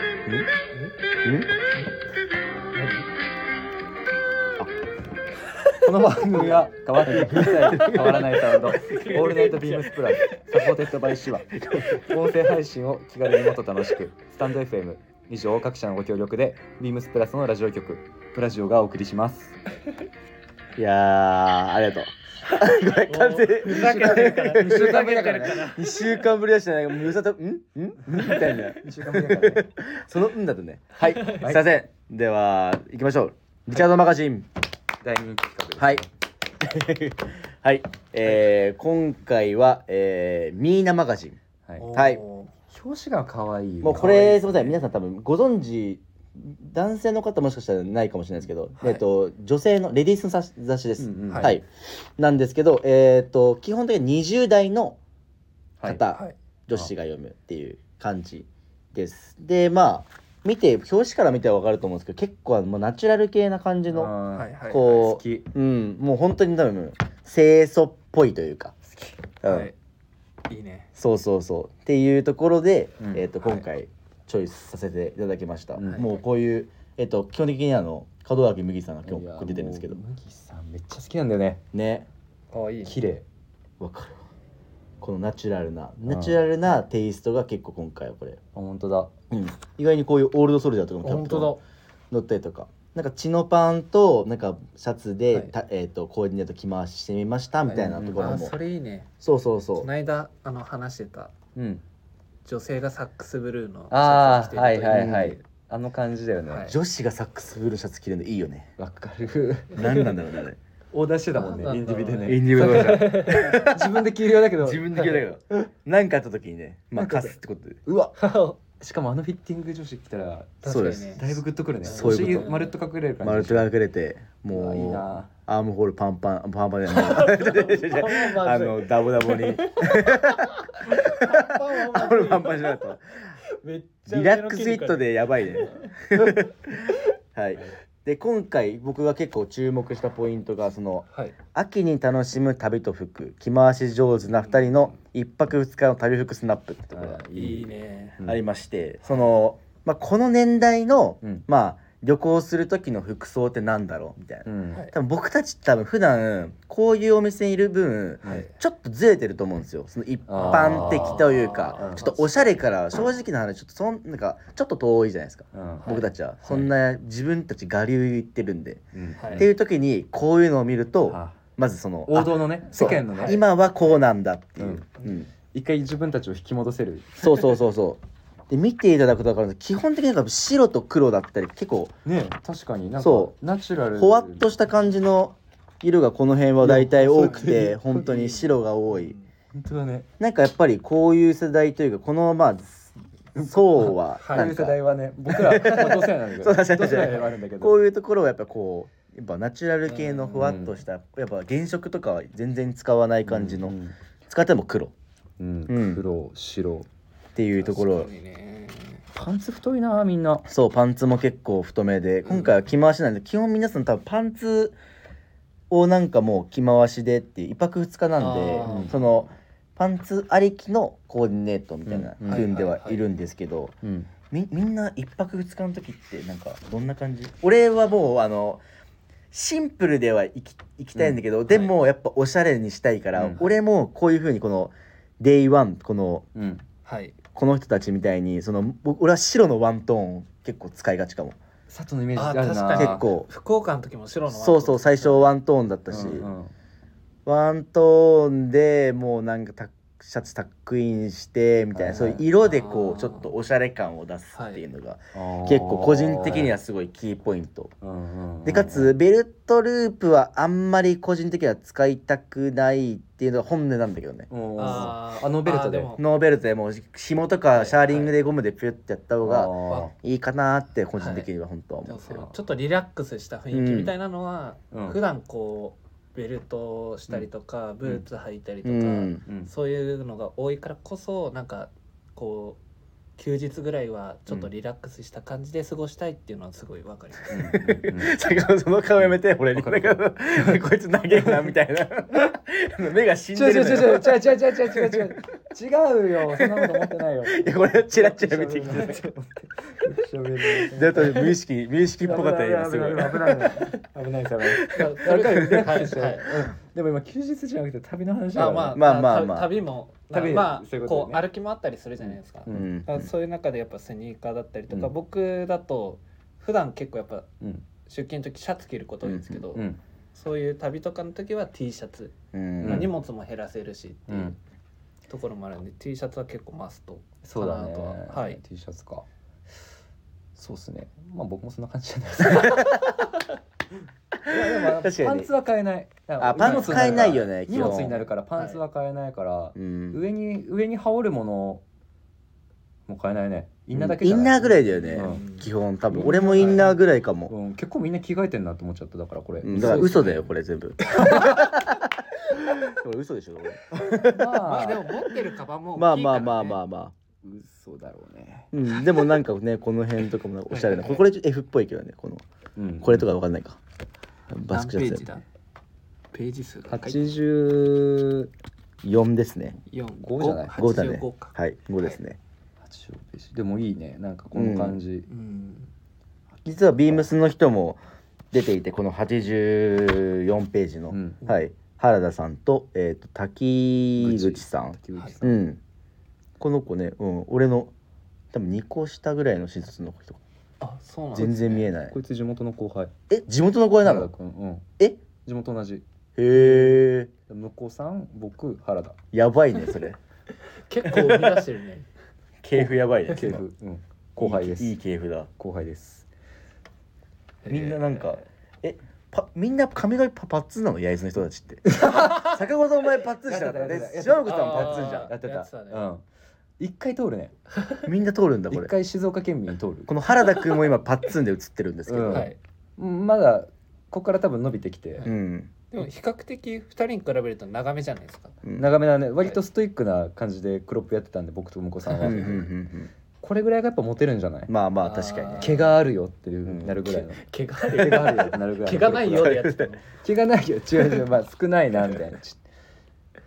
S1: んん
S2: この番組は変わっていく際変わらないサウンド「オールナイトビームスプラス」サポーテッドバイシュア音声配信を気軽にもっと楽しくスタンド FM 以上各社のご協力でビームスプラスのラジオ局プラジオがお送りします
S1: いやーありがとう ごめん完全
S3: ふざけてるからふ
S2: 週
S3: ざ
S2: 間ぶ
S3: け
S2: りだ
S3: て
S2: か
S3: る
S2: らね
S3: から
S1: 2週間ぶりだしね、むさと、んんんみたいな。
S2: 2週間ぶりだからね
S1: その、んだとね。はい、すいません。では、行きましょう。リチャードマガジン。
S2: 大人気企画です、
S1: はい。はい、えー今回は、えーミーナマガジン。
S2: はい
S1: はい
S3: おー
S2: 表紙が可愛いよ
S1: もうこれ、すみません、皆さん多分ご存知。男性の方もしかしたらないかもしれないですけど、
S2: は
S1: え
S2: い
S1: っと女性のレディースの雑誌雑誌です、
S2: うんうん
S1: はい、
S3: は
S1: なんですけど、えっと基本的に20代の
S2: はい
S1: 方、
S3: はい
S1: 女子が読むっていう感じです。でまあ見て表紙から見ては分かると思うんですけど結構あのもうナチュラル系な感じの
S2: あー
S3: はいはい
S1: こう
S2: 好き
S1: うんもう本当に多分清楚っぽいというか、うん
S3: はいいいね
S1: そうそうそうっていうところで、
S2: うん
S1: えっと今回チョイスさせていただきました。
S2: うん
S1: もうこういう、えっと基本的にあの門脇麦さんが今日ここ出てるんですけど
S2: いやもう麦さんめっちゃ好きなんだよね
S1: ね
S3: ああいいね
S2: 綺麗
S1: わかるわこのナチュラルなナチュラルなテイストが結構今回はこれ、
S2: あ本当だ
S1: うん、意外にこういうオールドソルジャーとかもキャ
S3: 本
S1: プテン
S3: 当
S1: 乗ったりとかなんかチノパンとなんかシャツで、
S3: はい
S1: たえー、とコーディネート着回ししてみましたみたいなとこ
S3: だ
S1: ろ
S3: あ
S1: も、
S3: それいいね
S1: そうそうそ
S3: この間あの話してた
S2: うん
S3: 女性がサックスブルーのシャ
S2: あ
S3: ツを着
S2: あ
S3: てる
S2: はい
S3: と
S2: はい
S1: い
S2: は
S1: う
S2: いあの感じだよね
S3: は
S1: う
S3: い
S1: 女子がサックスブルーシャツ着れるのいいよ ね
S2: わかる
S1: 何なんだろうねあれ
S2: オーダーしてたもんね
S3: なんだろう
S2: インデ
S1: イ
S2: ィビでね
S1: ンディゴだ
S2: 自分で着るようだけど
S1: 自分で着れたけど何かあった時にねまあ貸すってことで
S2: うわしかもあのフィッティング女子来たら
S1: そうです
S3: 確かにね
S2: だいぶグッとくるね
S1: そういうこと
S2: お尻丸っと隠れる感じ
S1: 丸手が隠れて
S2: うわいい
S1: もう
S2: な
S1: アームホールパンパンパンパンじゃないあのダボダボにアームホールパンパンじゃないと
S4: めっちゃ
S1: リラックスフィットでやばいね はいで今回僕が結構注目したポイントがその
S3: はい
S1: 秋に楽しむ旅と服着回し上手な2人の1泊2日の旅服スナップってところが
S2: あ
S3: いいね
S2: うん
S1: ありまして、その、まあ、この年代の、
S2: うん
S1: まあ、旅行する時の服装ってなんだろうみたいな、
S2: うん
S3: はい
S1: 多分僕たち多分普段こういうお店にいる分
S2: はい
S1: ちょっとずれてると思うんですよその一般的というか
S2: あー
S1: ちょっとおしゃれから正直な話ちょっとそんなんかちょっと遠いじゃないですか、
S2: うん
S1: 僕たちはそんな自分たち我流言ってるんで、
S2: うん
S3: はい
S1: っていう時にこういうのを見ると、
S2: あ
S1: まずその
S2: 王道のね
S1: そ
S2: 世
S1: う
S2: 間のね
S1: 今はこうなんだっていう、
S3: うん
S1: うん
S2: 一回自分たちを引き戻せる
S1: そうそうそうそうで見ていただくと分かるんですけど基本的になんか白と黒だったり結構
S2: ね確かになんか
S1: そ
S2: ナチュラル
S1: ほわっとした感じの色がこの辺は大体多く
S2: い
S1: て
S2: や
S1: 本当に白が多い
S2: 本当だね
S1: なんかやっぱりこういう世代というかこのまあ層は
S2: こ
S3: は
S2: う
S1: ないん
S2: う
S1: か
S2: 世代はね僕らまあ同世代なんだけ
S1: そう
S2: ど
S1: 確かに
S2: 同世代ではあるんだけど
S1: こう
S2: いう
S1: いうところはやっぱこうやっぱナチュラル系のほわっとしたやっぱ原色とかは全然使わない感じの使っても黒
S2: うん
S1: うん
S2: 黒白
S1: っていうところ
S3: 確かにね
S2: パンツ太いなみんな
S1: そうパンツも結構太めで今回は着回しなんで、基本皆さん多分パンツをなんかもう着回しでっていう1泊2日なんで
S3: あ
S2: ー
S1: そのパンツありきのコーディネートみたいな
S2: うんうん
S1: 組んではいるんですけど、
S2: うん
S1: みみんな1泊2日の時ってなんかどんな感じ俺はもうあのシンプルではいきいきたいんだけど、でもやっぱおしゃれにしたいから、
S2: うん
S1: 俺もこういうふうにこの Day1 この
S2: うん
S3: はい
S1: この人たちみたいにその僕俺は白のワントーン結構使いがちかも。
S2: 佐藤のイメージ
S3: あ
S2: あるな
S3: 確かに
S1: 結構
S3: 福岡の時も白の
S1: そうそう最初ワントーンだったし、
S2: うんうん
S1: ワントーンでもうなんかタックシャツタックインしてみたい
S2: はい
S1: な、
S2: はい
S1: そういう色でこ
S3: あー
S1: うちょっとおしゃれ感を出すっていうのが、結構個人的にはすごいキーポイント
S2: うんうん
S1: でかつベルトループはあんまり個人的には使いたくないっていうのが本音なんだけどね
S2: うん
S3: あー
S2: あのベルトで
S3: あーでも
S1: ノーベルトでもう紐とかシャーリングでゴムでピュッてやった方
S2: あ
S1: が
S2: ー
S1: いいかなって個人的には本当は
S3: で
S1: 思う
S3: もそのちょっとリラックスした雰囲気みたいなのは、
S2: うん
S3: 普段こうベルトをしたりとか、ブーツ履いたりと
S1: う
S3: か、
S1: ん
S2: うん
S3: そういうのが多いからこそなんかこう休日ぐらいはちょっとリラックスした感じで過ごしたいっていうのはすごいわかります、
S1: 坂本その顔やめて俺にこ
S2: わかる
S1: いつ投げんなみたいな目が死ん
S2: 違う
S1: で
S2: 違う
S1: るの
S2: 違う違う違う違う
S1: よ
S2: 違う違う違うよそんなこと思ってないよ
S1: いやこれチラチラ見てきて
S2: ちょっと喋る
S1: だと無意識無意識っぽかったよ今す
S2: 危
S1: ごい
S2: ない危ない危ない危ないわかるリラックスして
S3: はい
S2: うんでも今休日じゃなくて旅の話だ
S3: ま
S2: か
S3: あ
S2: ら
S3: まあ
S1: まあまあまあ
S3: た旅もな
S2: 旅
S3: まあ
S2: そういうこと
S3: こ
S2: ね
S3: う歩き回ったりするじゃないですか,、
S2: う
S1: うんん
S3: だからそういう中でやっぱスニーカーだったりとか、
S2: うん
S3: 僕だと普段結構やっぱ
S2: うん
S3: 出勤の時シャツ着ること多いんですけど、
S2: うん
S3: そういう旅とかの時は T シャツ、
S1: うん
S3: まあ荷物も減らせるしって
S2: う
S3: いうんところもあるんで、T シャツは結構マスト
S2: そうだね
S3: かなとははい
S2: T シャツかそうっすねまあ僕もそんな感じじゃない いやでも
S1: 確かに
S2: パンツは買えない
S1: あパンツ買えないよね
S2: 荷
S1: 基本
S2: 物になるからパンツは買えないから
S1: うん
S2: 上に上に羽織るものも買えないねインナーだけ
S1: イ
S2: じゃない
S1: ンナーぐらいだよ
S2: う
S1: ね
S2: ん
S1: 基本多分俺もインナーぐらいかも
S2: うん、結構みんな着替えてんなと思っちゃっただからこれ、
S1: うんだから嘘だよこれ全 部これ嘘でしょこれ
S2: ま
S3: ま
S2: あ
S3: あでも持ってるカバンも
S1: ま
S3: 大
S1: あ
S3: きい
S1: まあ
S3: から、ね、
S1: まあまあまあ
S2: 嘘だろうね
S1: うんでもなんかねこの辺とかもなんかおしゃれなこれこれ F っぽいけどねこの
S2: うん
S1: これとかわかんないかバスクシ
S3: 何
S1: ャ
S3: ペー
S1: ツ
S3: ジだページ数が
S2: 80
S1: 4ですね
S3: 4
S2: 5じゃない
S1: 5だね
S3: 85か、
S1: はい5ですね
S2: 80ページでもいいねなんかこの感じ、
S3: うん
S1: 実はビームスの人も出ていてこの84ページの、
S2: うん
S1: はい、原田さんと,、えー、と滝口さん
S2: 竹内さん
S1: うん、この子ね、うん、俺の多分2個下ぐらいの新卒の子とか
S3: あそうなん
S1: 全然見え
S3: い
S1: ない
S2: こいつ地元の後輩
S1: え地元の子な
S2: 原田
S1: の
S2: 君、うん、
S1: え
S2: 地元同じ
S1: へえ
S2: 向こうさん僕原田
S1: やばいねそれ
S3: 結構生み出してるね
S1: 系譜やばいね
S2: 系譜、うん、後輩です
S1: いい系譜だ
S2: 後輩です
S1: みんななんかえパみんな髪の毛パパッツンなの焼津の人た ちって坂本お前パッツンしたんだ
S2: や
S1: ね
S2: ってたやってた
S1: 島本さんもパッツンじゃん
S3: あーやってたね
S2: うん一回通るね
S1: みんな通るんだこ
S2: 一
S1: れ
S2: 回静岡県民通る
S1: この原田君も今パッツンで映ってるんですけど、
S2: うん
S3: はい、
S2: うんまだここから多分伸びてきて、
S1: うん
S3: でも比較的2人に比べると長めじゃないですか
S1: うん
S2: 長めだね割とストイックな感じでクロップやってたんで僕と向こうさん
S1: うん
S2: は、
S1: うんうんうん
S2: これぐらいがやっぱモテるんじゃない、
S1: まあまあ確かにね
S2: 毛があるよっていうなるぐらいの、
S3: 毛がある
S2: 毛があるよってなるぐらい
S3: 毛
S2: の
S3: がないよでやってたの
S2: 毛がないよ違う違うまあ少ないなみたいなち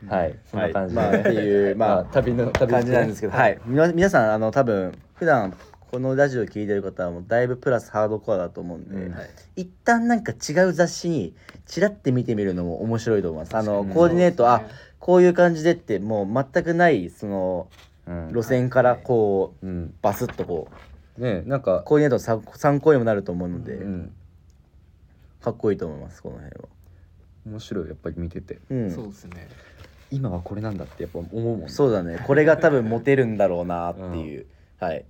S2: はいそんな感じで、
S1: はいまあっていうまあ
S2: 旅の旅の
S1: 感じなんですけど、はい、みな皆さんあの多分普段このラジオ聞いてる方はもうだいぶプラスハードコアだと思うんで、
S2: うん
S3: はい
S1: 一旦なんか違う雑誌にちらって見てみるのも面白いと思います。あの
S2: 確か に
S1: コーディネート、あ
S3: そうですね
S1: こういう感じでってもう全くないその
S2: うん
S1: 路線からこう
S2: うん
S1: バスッとこ
S2: ねなん
S1: う
S2: か
S1: コーディネートの参参考にもなると思うので、
S2: うん
S1: かっこいいと思いますこの辺は。
S2: 面白いやっぱり見てて
S1: うん、
S3: そう
S1: そ
S3: ですね
S2: 今はこれなんだってやっぱ思うもん
S1: う
S2: ね
S1: だねこれが多分モテるんだろうなっていう、はい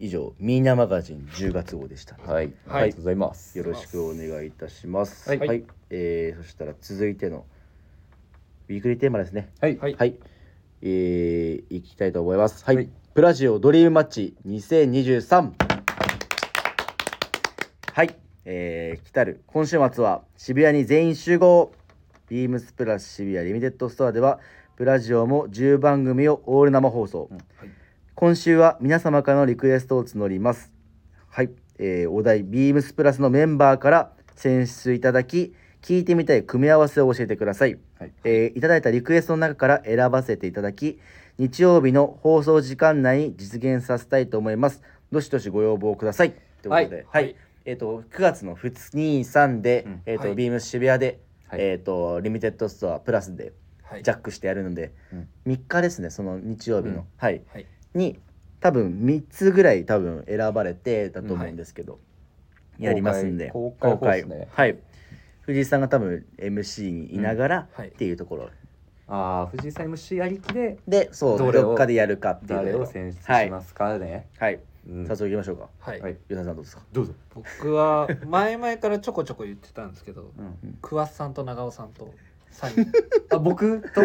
S1: 以上「ミーナマガジン」10月号でした。
S2: はい、
S3: はい
S2: ありがとうございます
S1: よろしくお願いいたします。
S2: はい
S1: えーそしたら続いてのウィークリーテーマですね。
S2: はい
S3: はい
S1: はい。えー、いきたいと思います。はい。
S2: はい
S1: プラジオドリームマッチ2023。はい。えー、来たる今週末は渋谷に全員集合。ビームスプラス渋谷リミテッドストアでは、プラジオも10番組をオール生放送。
S2: うん
S1: 今週は皆様からのリクエストを募ります。はい、えーお題ビームスプラスのメンバーから選出いただき聞いてみたい組み合わせを教えてください、
S2: はい
S1: えーいただいたリクエストの中から選ばせていただき日曜日の放送時間内に実現させたいと思いますどしどしご要望くださいということで、はいえー、と9月の223で、
S2: うん
S1: えーと
S3: はい
S1: ビームス渋谷で、
S2: はい
S1: えー、とリミテッドストアプラスで
S3: はい
S1: ジャックしてやるので、
S2: うん
S1: 3日ですねその日曜日の、
S2: うん
S1: はい、
S3: はい
S1: に多分3つぐらい多分選ばれてだと思うんですけど、やりますんで
S2: 公開公開放送ね
S1: はい藤井さんが多分 MC にいながら
S3: はい
S1: っていうところ、
S2: ああ藤井さん MC ありきで
S1: でそう
S2: ど
S1: ど
S2: れを
S1: っかでやるかっていう
S2: 誰
S1: とこ
S2: を
S1: ろ
S2: 選出しますかね、
S1: はい
S2: うん
S1: 早速いきましょうか
S3: はい
S2: はい
S1: ユ田さんどうですか
S2: どうぞ、
S3: 僕は前々からちょこちょこ言ってたんですけど
S2: うん
S3: 桑田さんと長尾さんと3人
S2: あ僕と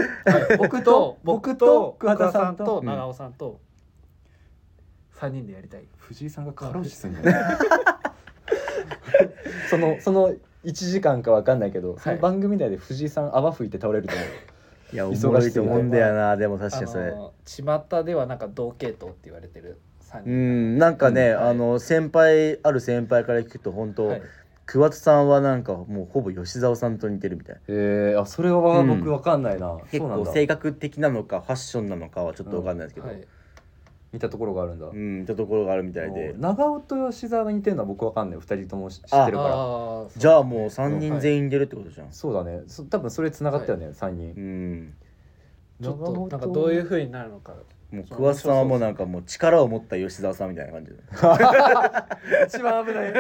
S3: 僕と僕と
S2: 桑田
S3: 桑田
S2: さ
S3: さ
S2: ん
S3: ん
S2: と
S3: と
S1: うん
S3: 長尾さんと3人でやりたい
S2: 藤井さんが過労死すんだよ そのその1時間かわかんないけど、
S3: い
S2: その番組内で藤井さん泡吹いて倒れると思う
S1: いや
S2: 忙
S1: お
S2: しすぎて
S1: もろいと思うんだよなでも確かにそれ、
S3: の巷ではなんか同系統って言われてる3
S1: う
S3: 人
S1: んなんかね、
S3: うんはい
S1: あの先輩ある先輩から聞くと本当、
S3: はい
S1: 桑田さんはなんかもうほぼ吉沢さんと似てるみたいな
S2: えー、あそれは
S1: うん
S2: 僕わかんないな、
S1: 結
S2: そうなん
S1: 構
S2: だ
S1: 性格的なのかファッションなのかはちょっと分かんないですけど、
S3: はい
S2: 似たところがあるんだ、
S1: うん、いったところがあるみたいで
S2: もう長尾と吉沢が似てるのは僕わかんない2人とも知ってるから
S3: あー
S1: じゃあもう3人全員出るってことじゃん、
S2: そうだねそ多分それ繋がったよね、三3人
S1: うん
S3: ちょっ
S2: 長尾
S3: となんかどういう風になるのか
S1: もう桑田さんはもうなんかもう力を持った吉沢さんみたいな感じで
S2: 一番危ない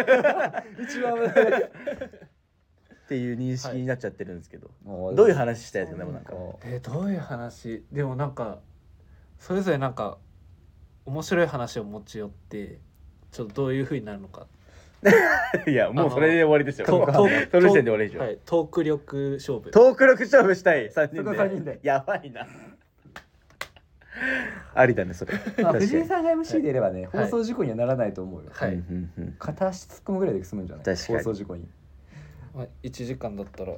S2: 一番危ない
S1: っていう認識になっちゃってるんですけど、
S2: も
S1: どういう話したいですかねもうなんか
S3: えーどういう話でもなんかそれぞれなんか面白い話を持ち寄ってちょっとどういう風になるのか
S1: いやもうそれで終わりですよ
S3: トーク
S1: そ
S3: ト
S1: の
S3: ーク
S1: その時点で終わりでしょ、
S3: はいトーク力勝負
S1: トーク力勝負したい3人
S2: そ
S1: で
S2: こ三人で
S1: やばいなありだねそれ
S2: まあ
S1: 確かに
S2: 藤井さんが MC でいればね、
S3: はい
S2: 放送事故にはならないと思うよ、
S3: は
S1: う
S3: い
S1: んうんうん
S2: 片足突っ込むぐらいで済むんじゃない
S1: 確かに
S2: 放送事故に、
S3: まあ、1時間だったら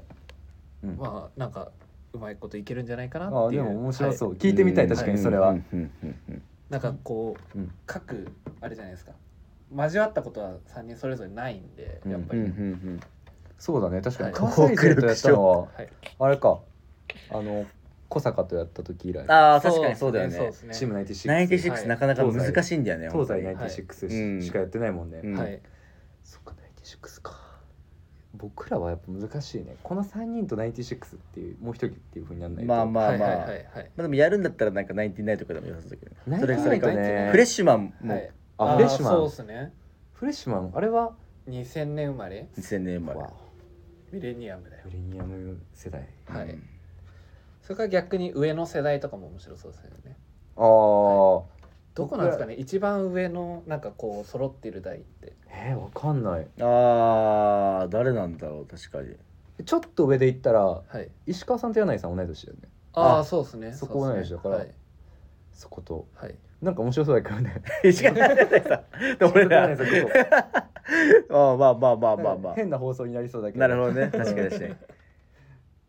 S2: うん
S3: まあなんかうまいこといけるんじゃないかな
S2: あ
S3: っ
S2: あ
S3: てい
S2: で
S3: う
S2: も面白そう、
S3: はい
S2: 聞いてみたい確かにそれは、
S1: うんうんうんうん
S3: なんかこう、
S2: うん
S3: 各あれじゃないですか交わったことは3人それぞれないんでやっぱ
S1: う
S3: り、
S1: んうんうん
S2: そうだね確かに
S3: はい
S2: 関西勢とやったのは
S3: はい
S2: あれかあの小坂とやった時以来
S1: ああ確かにそうだよ
S3: そうで
S1: ね
S3: すね
S2: チーム96
S1: 96、
S3: はい
S1: なかなか難しいんだよね
S2: 東西
S1: 本当に
S2: 96し,、
S1: はい
S2: しかやってないもんね、
S1: うん
S3: はい
S2: そっか96か僕らはやっぱ難しいねこの3人と96っていうもう一人っていうふうにならないと
S1: まあまあまあ、
S3: はいはいはいはい
S1: まあでもやるんだったらなんかナインティナインとかでも良さそうだけどね。それ
S2: 99
S1: それか
S2: ね
S1: フレッシュマン
S3: は
S1: も
S3: い
S2: あフレッシュマ
S3: あーそう
S2: ン
S3: ですね
S2: フレッシュマンあれは
S3: 2000年生まれ
S1: 2000年生まれ。
S2: わ
S3: ミレニアムだよ
S2: ミレニアム世代
S1: うん
S3: はいそれから逆に上の世代とかも面白そうですよね
S2: ああ、
S3: どこなんですかね一番上のなんかこう揃ってる代って
S2: えー、わかんない
S1: あー誰なんだろう確かに。
S2: ちょっと上で言ったら
S3: はい
S2: 石川さんと柳井さん同い年だよね
S3: ああそうですね
S2: そこ同い年だから
S3: そうっすね
S2: そこと
S3: はい
S2: なんか面白そうだけど ね
S1: 時間ないでさで俺ら
S2: 時間ないです
S1: ああまあまあまあまあま
S2: 変な放送になりそうだけ
S1: あな
S2: ど
S1: るほどね確かに確かに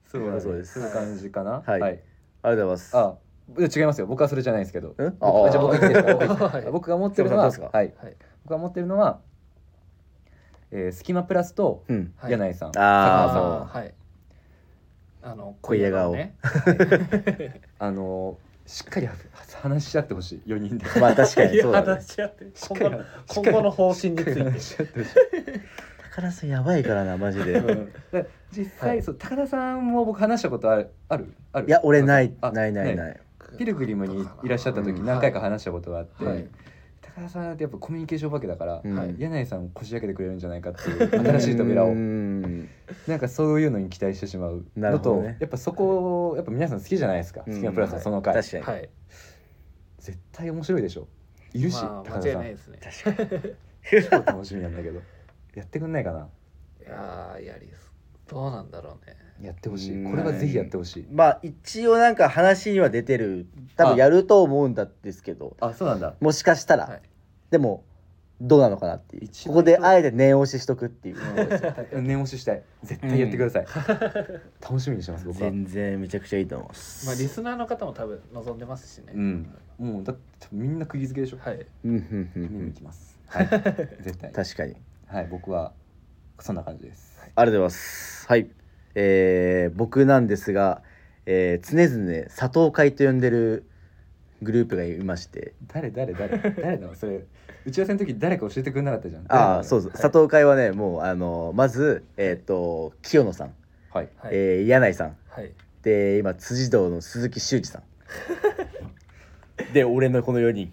S2: そうだね
S1: そうです
S2: そういう感じかな
S1: はいありがとうございます
S2: あいや違いますよ僕はそれじゃないんですけど
S1: うん
S2: あじゃあ僕
S1: あ
S2: いいですか僕いいですか
S3: はい
S2: 僕が持ってるのは
S1: そうそうそう
S2: はい
S3: はい
S2: 僕が持ってるのはえースキマプラスと
S1: うん
S3: はい
S2: 柳井さん
S1: あー
S2: 佐久間さん
S1: もう
S3: はいあの
S1: 小屋顔
S3: ね
S2: あのーしっかりは話し合ってほしい4人で
S1: まあ確かにそうだね
S3: 話し合って
S2: しっか
S3: 今後
S2: り
S3: の今後の方針について
S2: 話し合ってほしい
S1: 高田さんやばいからなマジで
S2: うんで実際、
S1: はい
S2: そう高田さんも僕話したことあるあるある
S1: いや俺ない
S2: あ
S1: ないない
S2: ね
S1: ない
S2: ピルグリムにいらっしゃった時
S1: うん
S2: 何回か話したことがあって、
S3: はい
S2: 高田さんってやっぱコミュニケーション化けだから、
S1: うん
S2: はい柳井さんをこじ開けてくれるんじゃないかっていう新しい扉
S1: う
S2: を
S1: ん
S2: なんかそういうのに期待してしまう
S1: なる
S2: の
S1: ほど
S2: と、
S1: ね
S2: やっぱそこをやっぱ皆さん好きじゃないですか「好きなプラス」のその回、
S1: 確かに
S3: はい
S2: 絶対面白いでしょいるし、
S3: まあ
S2: 高田
S3: 間違い
S2: さ
S3: ない
S2: ん
S3: ですね
S1: 確かに
S2: 超楽しみなんだけどやってくんないかない
S3: やーやりすどうなんだろうね
S2: やってほし
S1: うん
S2: いこれはぜひやってほしい、
S1: まあ一応なんか話には出てる多分やると思うんだですけど
S2: あそうなんだ
S1: もしかしたら、
S3: はい
S1: でもどうなのかなっていう
S2: 一
S1: こ
S2: 番
S1: こであえて念押ししとくっていう
S2: 念押ししたい絶対やってください、楽しみにしてます僕は
S1: 全然めちゃくちゃいいと思います
S3: まあリスナーの方も多分望んでますしね
S2: うんもうだってみんな釘付けでしょ、
S3: はい
S1: うんうんうんう
S2: 見に行
S1: ん
S2: きますはい 絶対
S1: 確かに
S2: はい僕はそんな感じです、
S1: ありがとうございますはいえー、僕なんですが、えー、常々佐藤会と呼んでるグループがいまして
S2: 誰誰誰誰だそれ打ち合わせの時誰か教えてくれなかったじゃん
S1: ああそうそう、
S2: はい、
S1: 佐藤会はねもうあのまずえっ、と清野さん、
S2: はい
S3: はい
S1: えー柳井さん
S3: はい
S1: で今辻堂の鈴木修二さんで俺のこの4人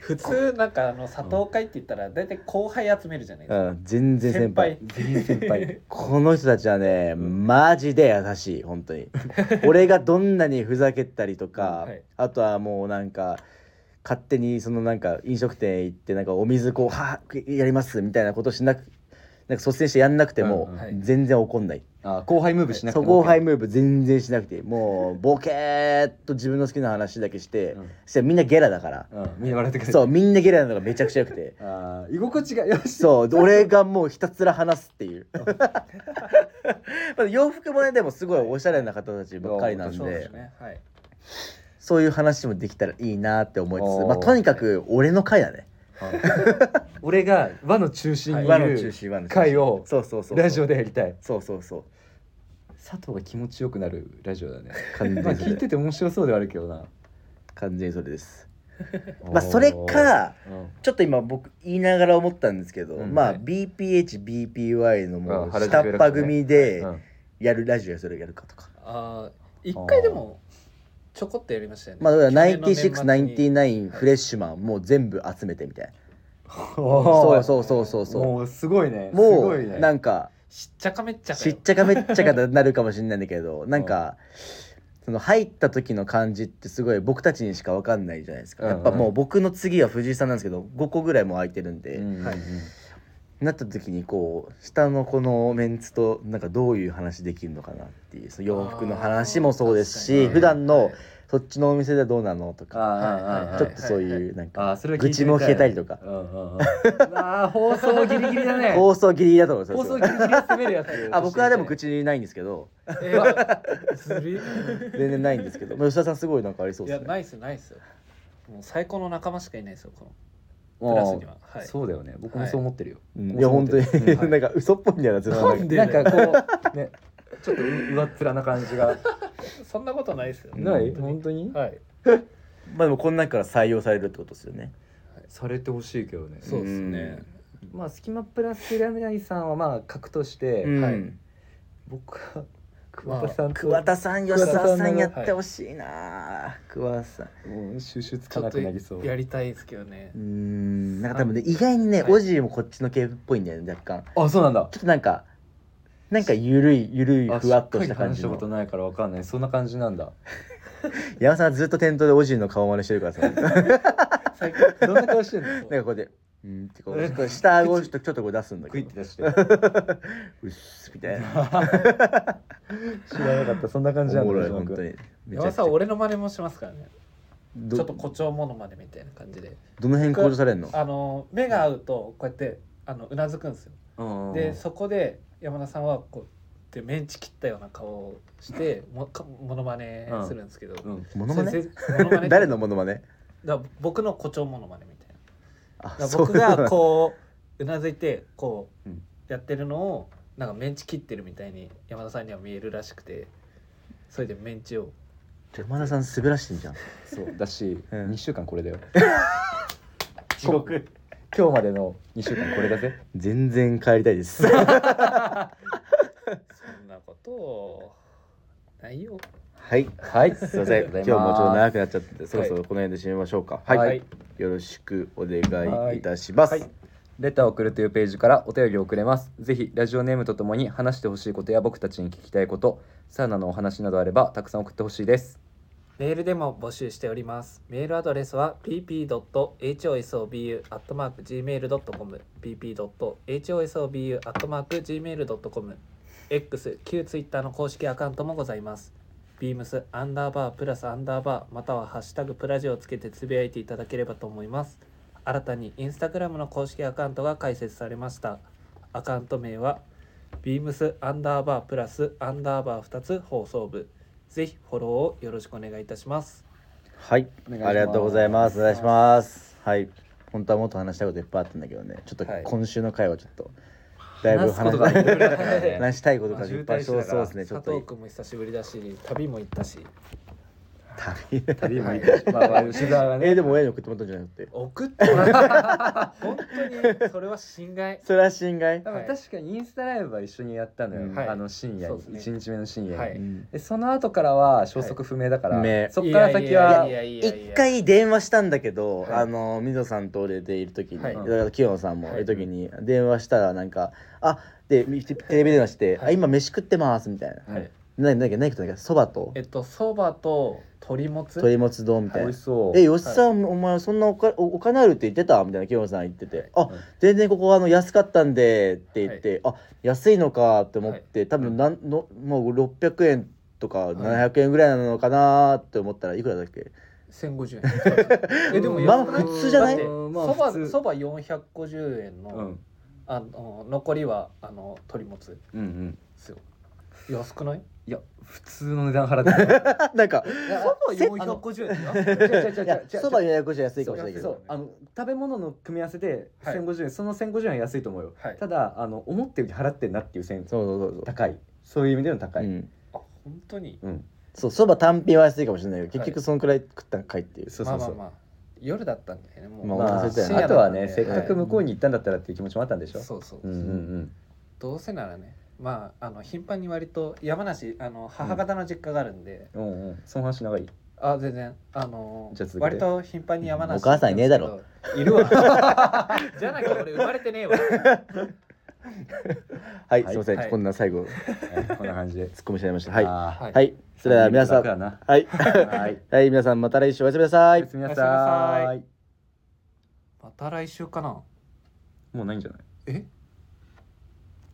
S3: 普通なんかあの佐藤会って言ったら大体後輩集めるじゃないで
S1: うん全然
S3: すか
S1: 先輩
S2: 全員先輩
S1: この人たちはねマジで優しい本当 に俺がどんなにふざけたりとか、
S3: はい
S1: あとはもうなんか勝手にそのなんか飲食店へ行ってなんかお水こうはあやりますみたいなことしなくなんか率先してやんなくても
S2: うんうん
S3: はい
S1: 全然怒んない、
S2: あ後輩ムーブしなくて
S1: そ
S2: も
S1: こを
S2: OK
S1: ハイムーブ全然しなくていいもうボケーっと自分の好きな話だけして、
S2: うん
S1: そしたらみんなゲラだから、
S2: うん、みんな笑ってくれる
S1: そうみんなゲラなのがめちゃくちゃよくて
S2: あー居心地がよし
S1: そう俺がもうひたすら話すって いうまあ洋服もねでもすごいおしゃれな方たちばっかりなん
S3: そうで
S1: です
S3: ねはい
S1: そういう話もできたらいいなって思いつ
S2: お
S1: つ
S2: ー
S1: まあとにかく俺の回だね
S2: 俺が輪の中心にい
S1: 輪の中
S2: る
S1: 心輪の中心
S2: 回を
S1: そうそうそう
S2: ラジオでやりたい
S1: そうそうそう
S2: 佐藤が気持ちよくなるラジオだね
S1: 完
S2: まあ
S1: 全そ
S2: 聞い
S1: れ
S2: てて面白そうではあるけどな
S1: 完全にそれですまあそれか
S2: うん
S1: ちょっと今僕言いながら思ったんですけど、
S2: うん
S1: まあ
S3: はい
S1: BPHBPY のも
S2: あ
S1: う
S2: 原宿
S1: 下っ
S2: やる
S1: 端
S2: かね
S1: 組で
S2: うん
S1: やるラジオやそれやるかとか、
S3: あー一回でもちょこっとやりましたよね
S1: まあだから
S3: 99
S1: 9699フレッシュマンもう全部集めてみたいな、そうそうそうそうそう
S2: もうすごいねす
S1: も
S2: ご
S1: う
S2: いね
S1: なんか
S3: しっちゃかめっちゃか
S1: し
S3: よ
S1: っちゃかめっちゃかになるかもしれないんだけどなんかその入った時の感じってすごい僕たちにしか分かんないじゃないですか
S2: うんう
S1: や
S2: ん
S1: っぱもう僕の次は藤井さんなんですけど5個ぐらいもう空いてるんで、
S2: うん
S3: はい
S1: なった時にこう下のこのメンツとなんかどういう話できるのかなっていうその洋服の話もそうです
S3: あー確
S1: し
S3: かに
S1: 普段
S3: は
S1: の
S3: い
S1: そっちのお店ではどうなのと
S2: あ
S1: か
S2: あああ
S3: はい
S1: ちょっとそういうなん
S2: ああ
S1: か
S2: それは
S1: 愚痴も聞けたりとか
S2: うんうんうん ああ放送ギリギリだね
S1: 放送ギリギリだと思うん
S2: 放
S1: です
S2: 送
S1: よ
S2: ギリギリ攻めるやつ
S1: あ僕はでも愚痴ないんですけど
S3: えーず るい
S1: 全然ないんですけどまあ吉田さんすごいなんかありそう
S3: い
S1: で
S3: や
S1: すね
S3: ないっすよないっすよもう最高の仲間しかいないですよこの
S2: もう
S3: クラスにははい
S2: そうだよね僕もそう思ってるよ
S1: うんい
S2: 僕
S1: や
S2: も
S1: 本
S2: そ
S1: 当
S2: う思
S1: に
S2: ってるうんはい
S1: なんか嘘っぽいんだよなずっと
S3: なんで
S2: なんかこうねちょっとう上っ面な感じが
S3: そんなことないっすよ
S2: ない
S3: 本
S2: 本当に
S3: はい
S1: まあでもこん中から採用されるってことですよね
S2: されてほしいけどね
S3: そうですね
S2: まあスキマプラス柳井さんはまあ格として、
S1: は
S3: はいい、
S2: 僕は桑田さんと、
S1: 桑田さん吉
S2: 桑田さ
S1: 沢
S2: ん
S1: さ
S2: の
S1: んやってほしいな桑田さん
S2: もう収集つ
S3: ち
S2: か
S3: ょっ
S2: な
S3: と
S2: くなりそう
S3: やりたいですけど ね
S1: うーんなんか多分ね意外にね
S3: はい
S1: オジーもこっちの系っぽいんだよね若干
S2: あそうなんだ
S1: ちょっとなんかなんかゆるいゆるい
S2: あ
S1: ふわっとした感
S2: し
S1: じ
S2: っかり話したこと
S1: の
S2: ないからわかんないそんな感じなんだ
S1: 山田さんはずっと店頭でオジーの顔真似してるからさなんか
S3: 最近
S2: どんな顔してんの
S1: こうでうんってこうちょっと下顎をちょっとちょっとこう出すんだ
S2: クイ
S1: け
S2: っ
S1: ど
S2: て出して
S1: うっすみたいな
S2: 知らなかったそんな
S1: お
S2: 感じなん
S1: も
S2: だ
S1: ろい
S2: 藤野
S1: 本
S2: 君
S1: 当にめち ゃ
S3: 山田
S1: くち
S3: さ
S1: ゃ
S3: ん俺の真似もしますからね
S1: ど
S3: ちょっと誇張ものまでみたいな感じで
S1: どの辺向上されんの
S3: あの目が合うとこうやってあのうなずくんですよ
S2: うん
S3: でそこで山田さんはこうでメンチ切ったような顔をしてもかモノマネするんですけど、
S2: うん
S1: モノマネ
S3: 先生モノマ ネ
S1: 誰のモノマネ
S3: だから僕の誇張モノマネみたいな
S1: あ
S3: だから
S1: そう
S3: 僕 がこううなずいてこう
S2: うん
S3: やってるのをなんかメンチ切ってるみたいに山田さんには見えるらしくてそれでメンチを
S1: 山田さん滑らしてんじゃん
S2: そうだし、
S1: うん
S2: 2週間これだよ
S3: 地獄
S2: 今日までの2週間これだぜ
S1: 全然帰りたいです
S3: そんなことないよ
S1: はい
S2: はいす
S1: すいません今日もちょっと長くなっちゃってそろそろこの辺で締めましょうかはい、
S2: はい
S1: よろしくお願いいたします、
S2: はいレターを送るというページからお便りを送れます。ぜひラジオネームとともに話してほしいことや僕たちに聞きたいこと、サウナのお話などあればたくさん送ってほしいです。
S3: メールでも募集しております。メールアドレスは pp.hosobu.gmail.com pp.hosobu.gmail.com X、旧 Twitter の公式アカウントもございます。beams アンダーバープラスアンダーバーまたはハッシュタグプラジオをつけてつぶやいていただければと思います。新たに Instagram の公式アカウントが開設されました。アカウント名は beams アンダーバープラスアンダーバー2つ放送部ぜひフォローをよろしくお願いいたします。
S1: はい、
S2: お願いします
S1: ありがとうございます。お願いします。はい、本当はもっと話したいこといっぱいあったんだけどね、ちょっと
S2: はい
S1: 今週の回はちょっと。だいぶ
S2: 話すこ
S1: 話
S2: とがいっぱいある
S1: し
S2: からね
S1: 話したいことがいっぱい、
S2: まあ渋滞し
S1: そ
S2: てた
S1: う
S2: から
S1: そうですね、ちょ
S3: 佐
S1: っと
S3: 藤。君も久しぶりだし、旅も行ったし、
S1: 旅
S2: 旅もいいし、まあまあ、吉沢が
S1: え
S2: ね、
S1: ーでも親に送ってもらったんじゃなくて。
S3: 送ってもら った。本当にそれは侵害。
S1: それは心外。
S2: 多分確かにインスタライブは一緒にやったのよ。
S1: はい
S2: あの深夜、
S3: そうですね
S2: 一日目の深夜に、
S3: はい
S1: うん
S2: でその後からは消息不明だから、
S1: はいね
S2: そっから先はい
S3: やいやいやいや
S1: 一
S3: いや
S1: 回電話したんだけど、
S3: はい
S1: あの水野さんと俺でいる時に、
S3: はい
S1: だから清野さんも
S3: はいい
S1: る時に電話したらなんか「あでテレビ電話して、
S3: はい
S1: あ今飯食ってます」みたいな
S2: はい
S1: 「何何何食ったんだっけそばと
S3: えっとそばと鶏もつ。
S1: 鶏もつ丼」みたい
S2: 美
S1: な
S2: 味しそう。
S1: え、吉さん、お前そんなおかおお金あるって言ってたみたいな清野さん言ってて、あ
S2: うん
S1: 全然ここあの安かったんでって言って、あ安いのかって思って、多分なんのもう600円とか700円ぐらいなのかなって思ったらいくらだっけ、
S3: 千五十 円。えでも
S1: まあ
S3: 安くない
S1: 普通じゃない
S3: だって
S2: うんまあ
S3: そば
S2: 普通
S3: そば四百五十円の、
S2: うん、
S3: あの残りはあの鶏もつで
S2: うん、うん。
S3: すよ。安くない？
S2: いや、普通の値段払ってた。
S1: あ なんか
S3: そば四百五十円だ
S2: 違
S3: よ。
S2: う違う違う
S1: いや
S2: 違う
S1: そば450円安いかも
S2: そ
S1: しれないうけ
S2: そ
S1: ど
S2: うあの食べ物の組み合わせで
S3: はい
S2: 1050円その1050円は安いと思うよ
S3: はい
S2: ただあの思ったより払ってんなっていう線
S1: そうそうそうそう
S2: 高いそういう意味での高
S1: う
S2: い
S1: ん
S3: あ本当に。
S2: うん
S1: そうそば単品は安いかもしれないけど結局そのくらい食ったんかいっていう、
S2: そうそうそう
S3: まあまあまあ夜だったんだよねもう、
S1: まあ
S2: まあ
S1: そうだよね
S2: あとはねせっ
S3: 深夜だ
S2: か
S3: った
S2: く
S3: んで
S2: 向こうに行ったんだったらっていう気持ちもあったんでしょ
S3: はいそうそう、
S2: うんうん
S3: どうせならねまああの頻繁に割と山梨あの母方の実家があるんで、
S2: うんうんうんその話長い
S3: あ全然あの
S2: じゃあ続けて
S3: 割と頻繁に山梨
S1: お母さんいねえだろ
S3: いるわ じゃなきゃ俺生まれてねえわ
S1: はい、
S2: はい
S1: すいません、
S3: はい
S1: こんな最後突っ
S2: はい こんな感じで
S1: 込みしちゃいましたはいは
S2: はい
S1: いそれでは皆さん
S2: 楽だな
S1: はい
S2: はい
S1: はい皆さんまた来週おやすみなさ
S2: お
S1: い
S2: やすみな
S3: おやすみな
S2: さ
S3: さ
S2: い
S3: また来週かな
S2: もうないんじゃない
S3: え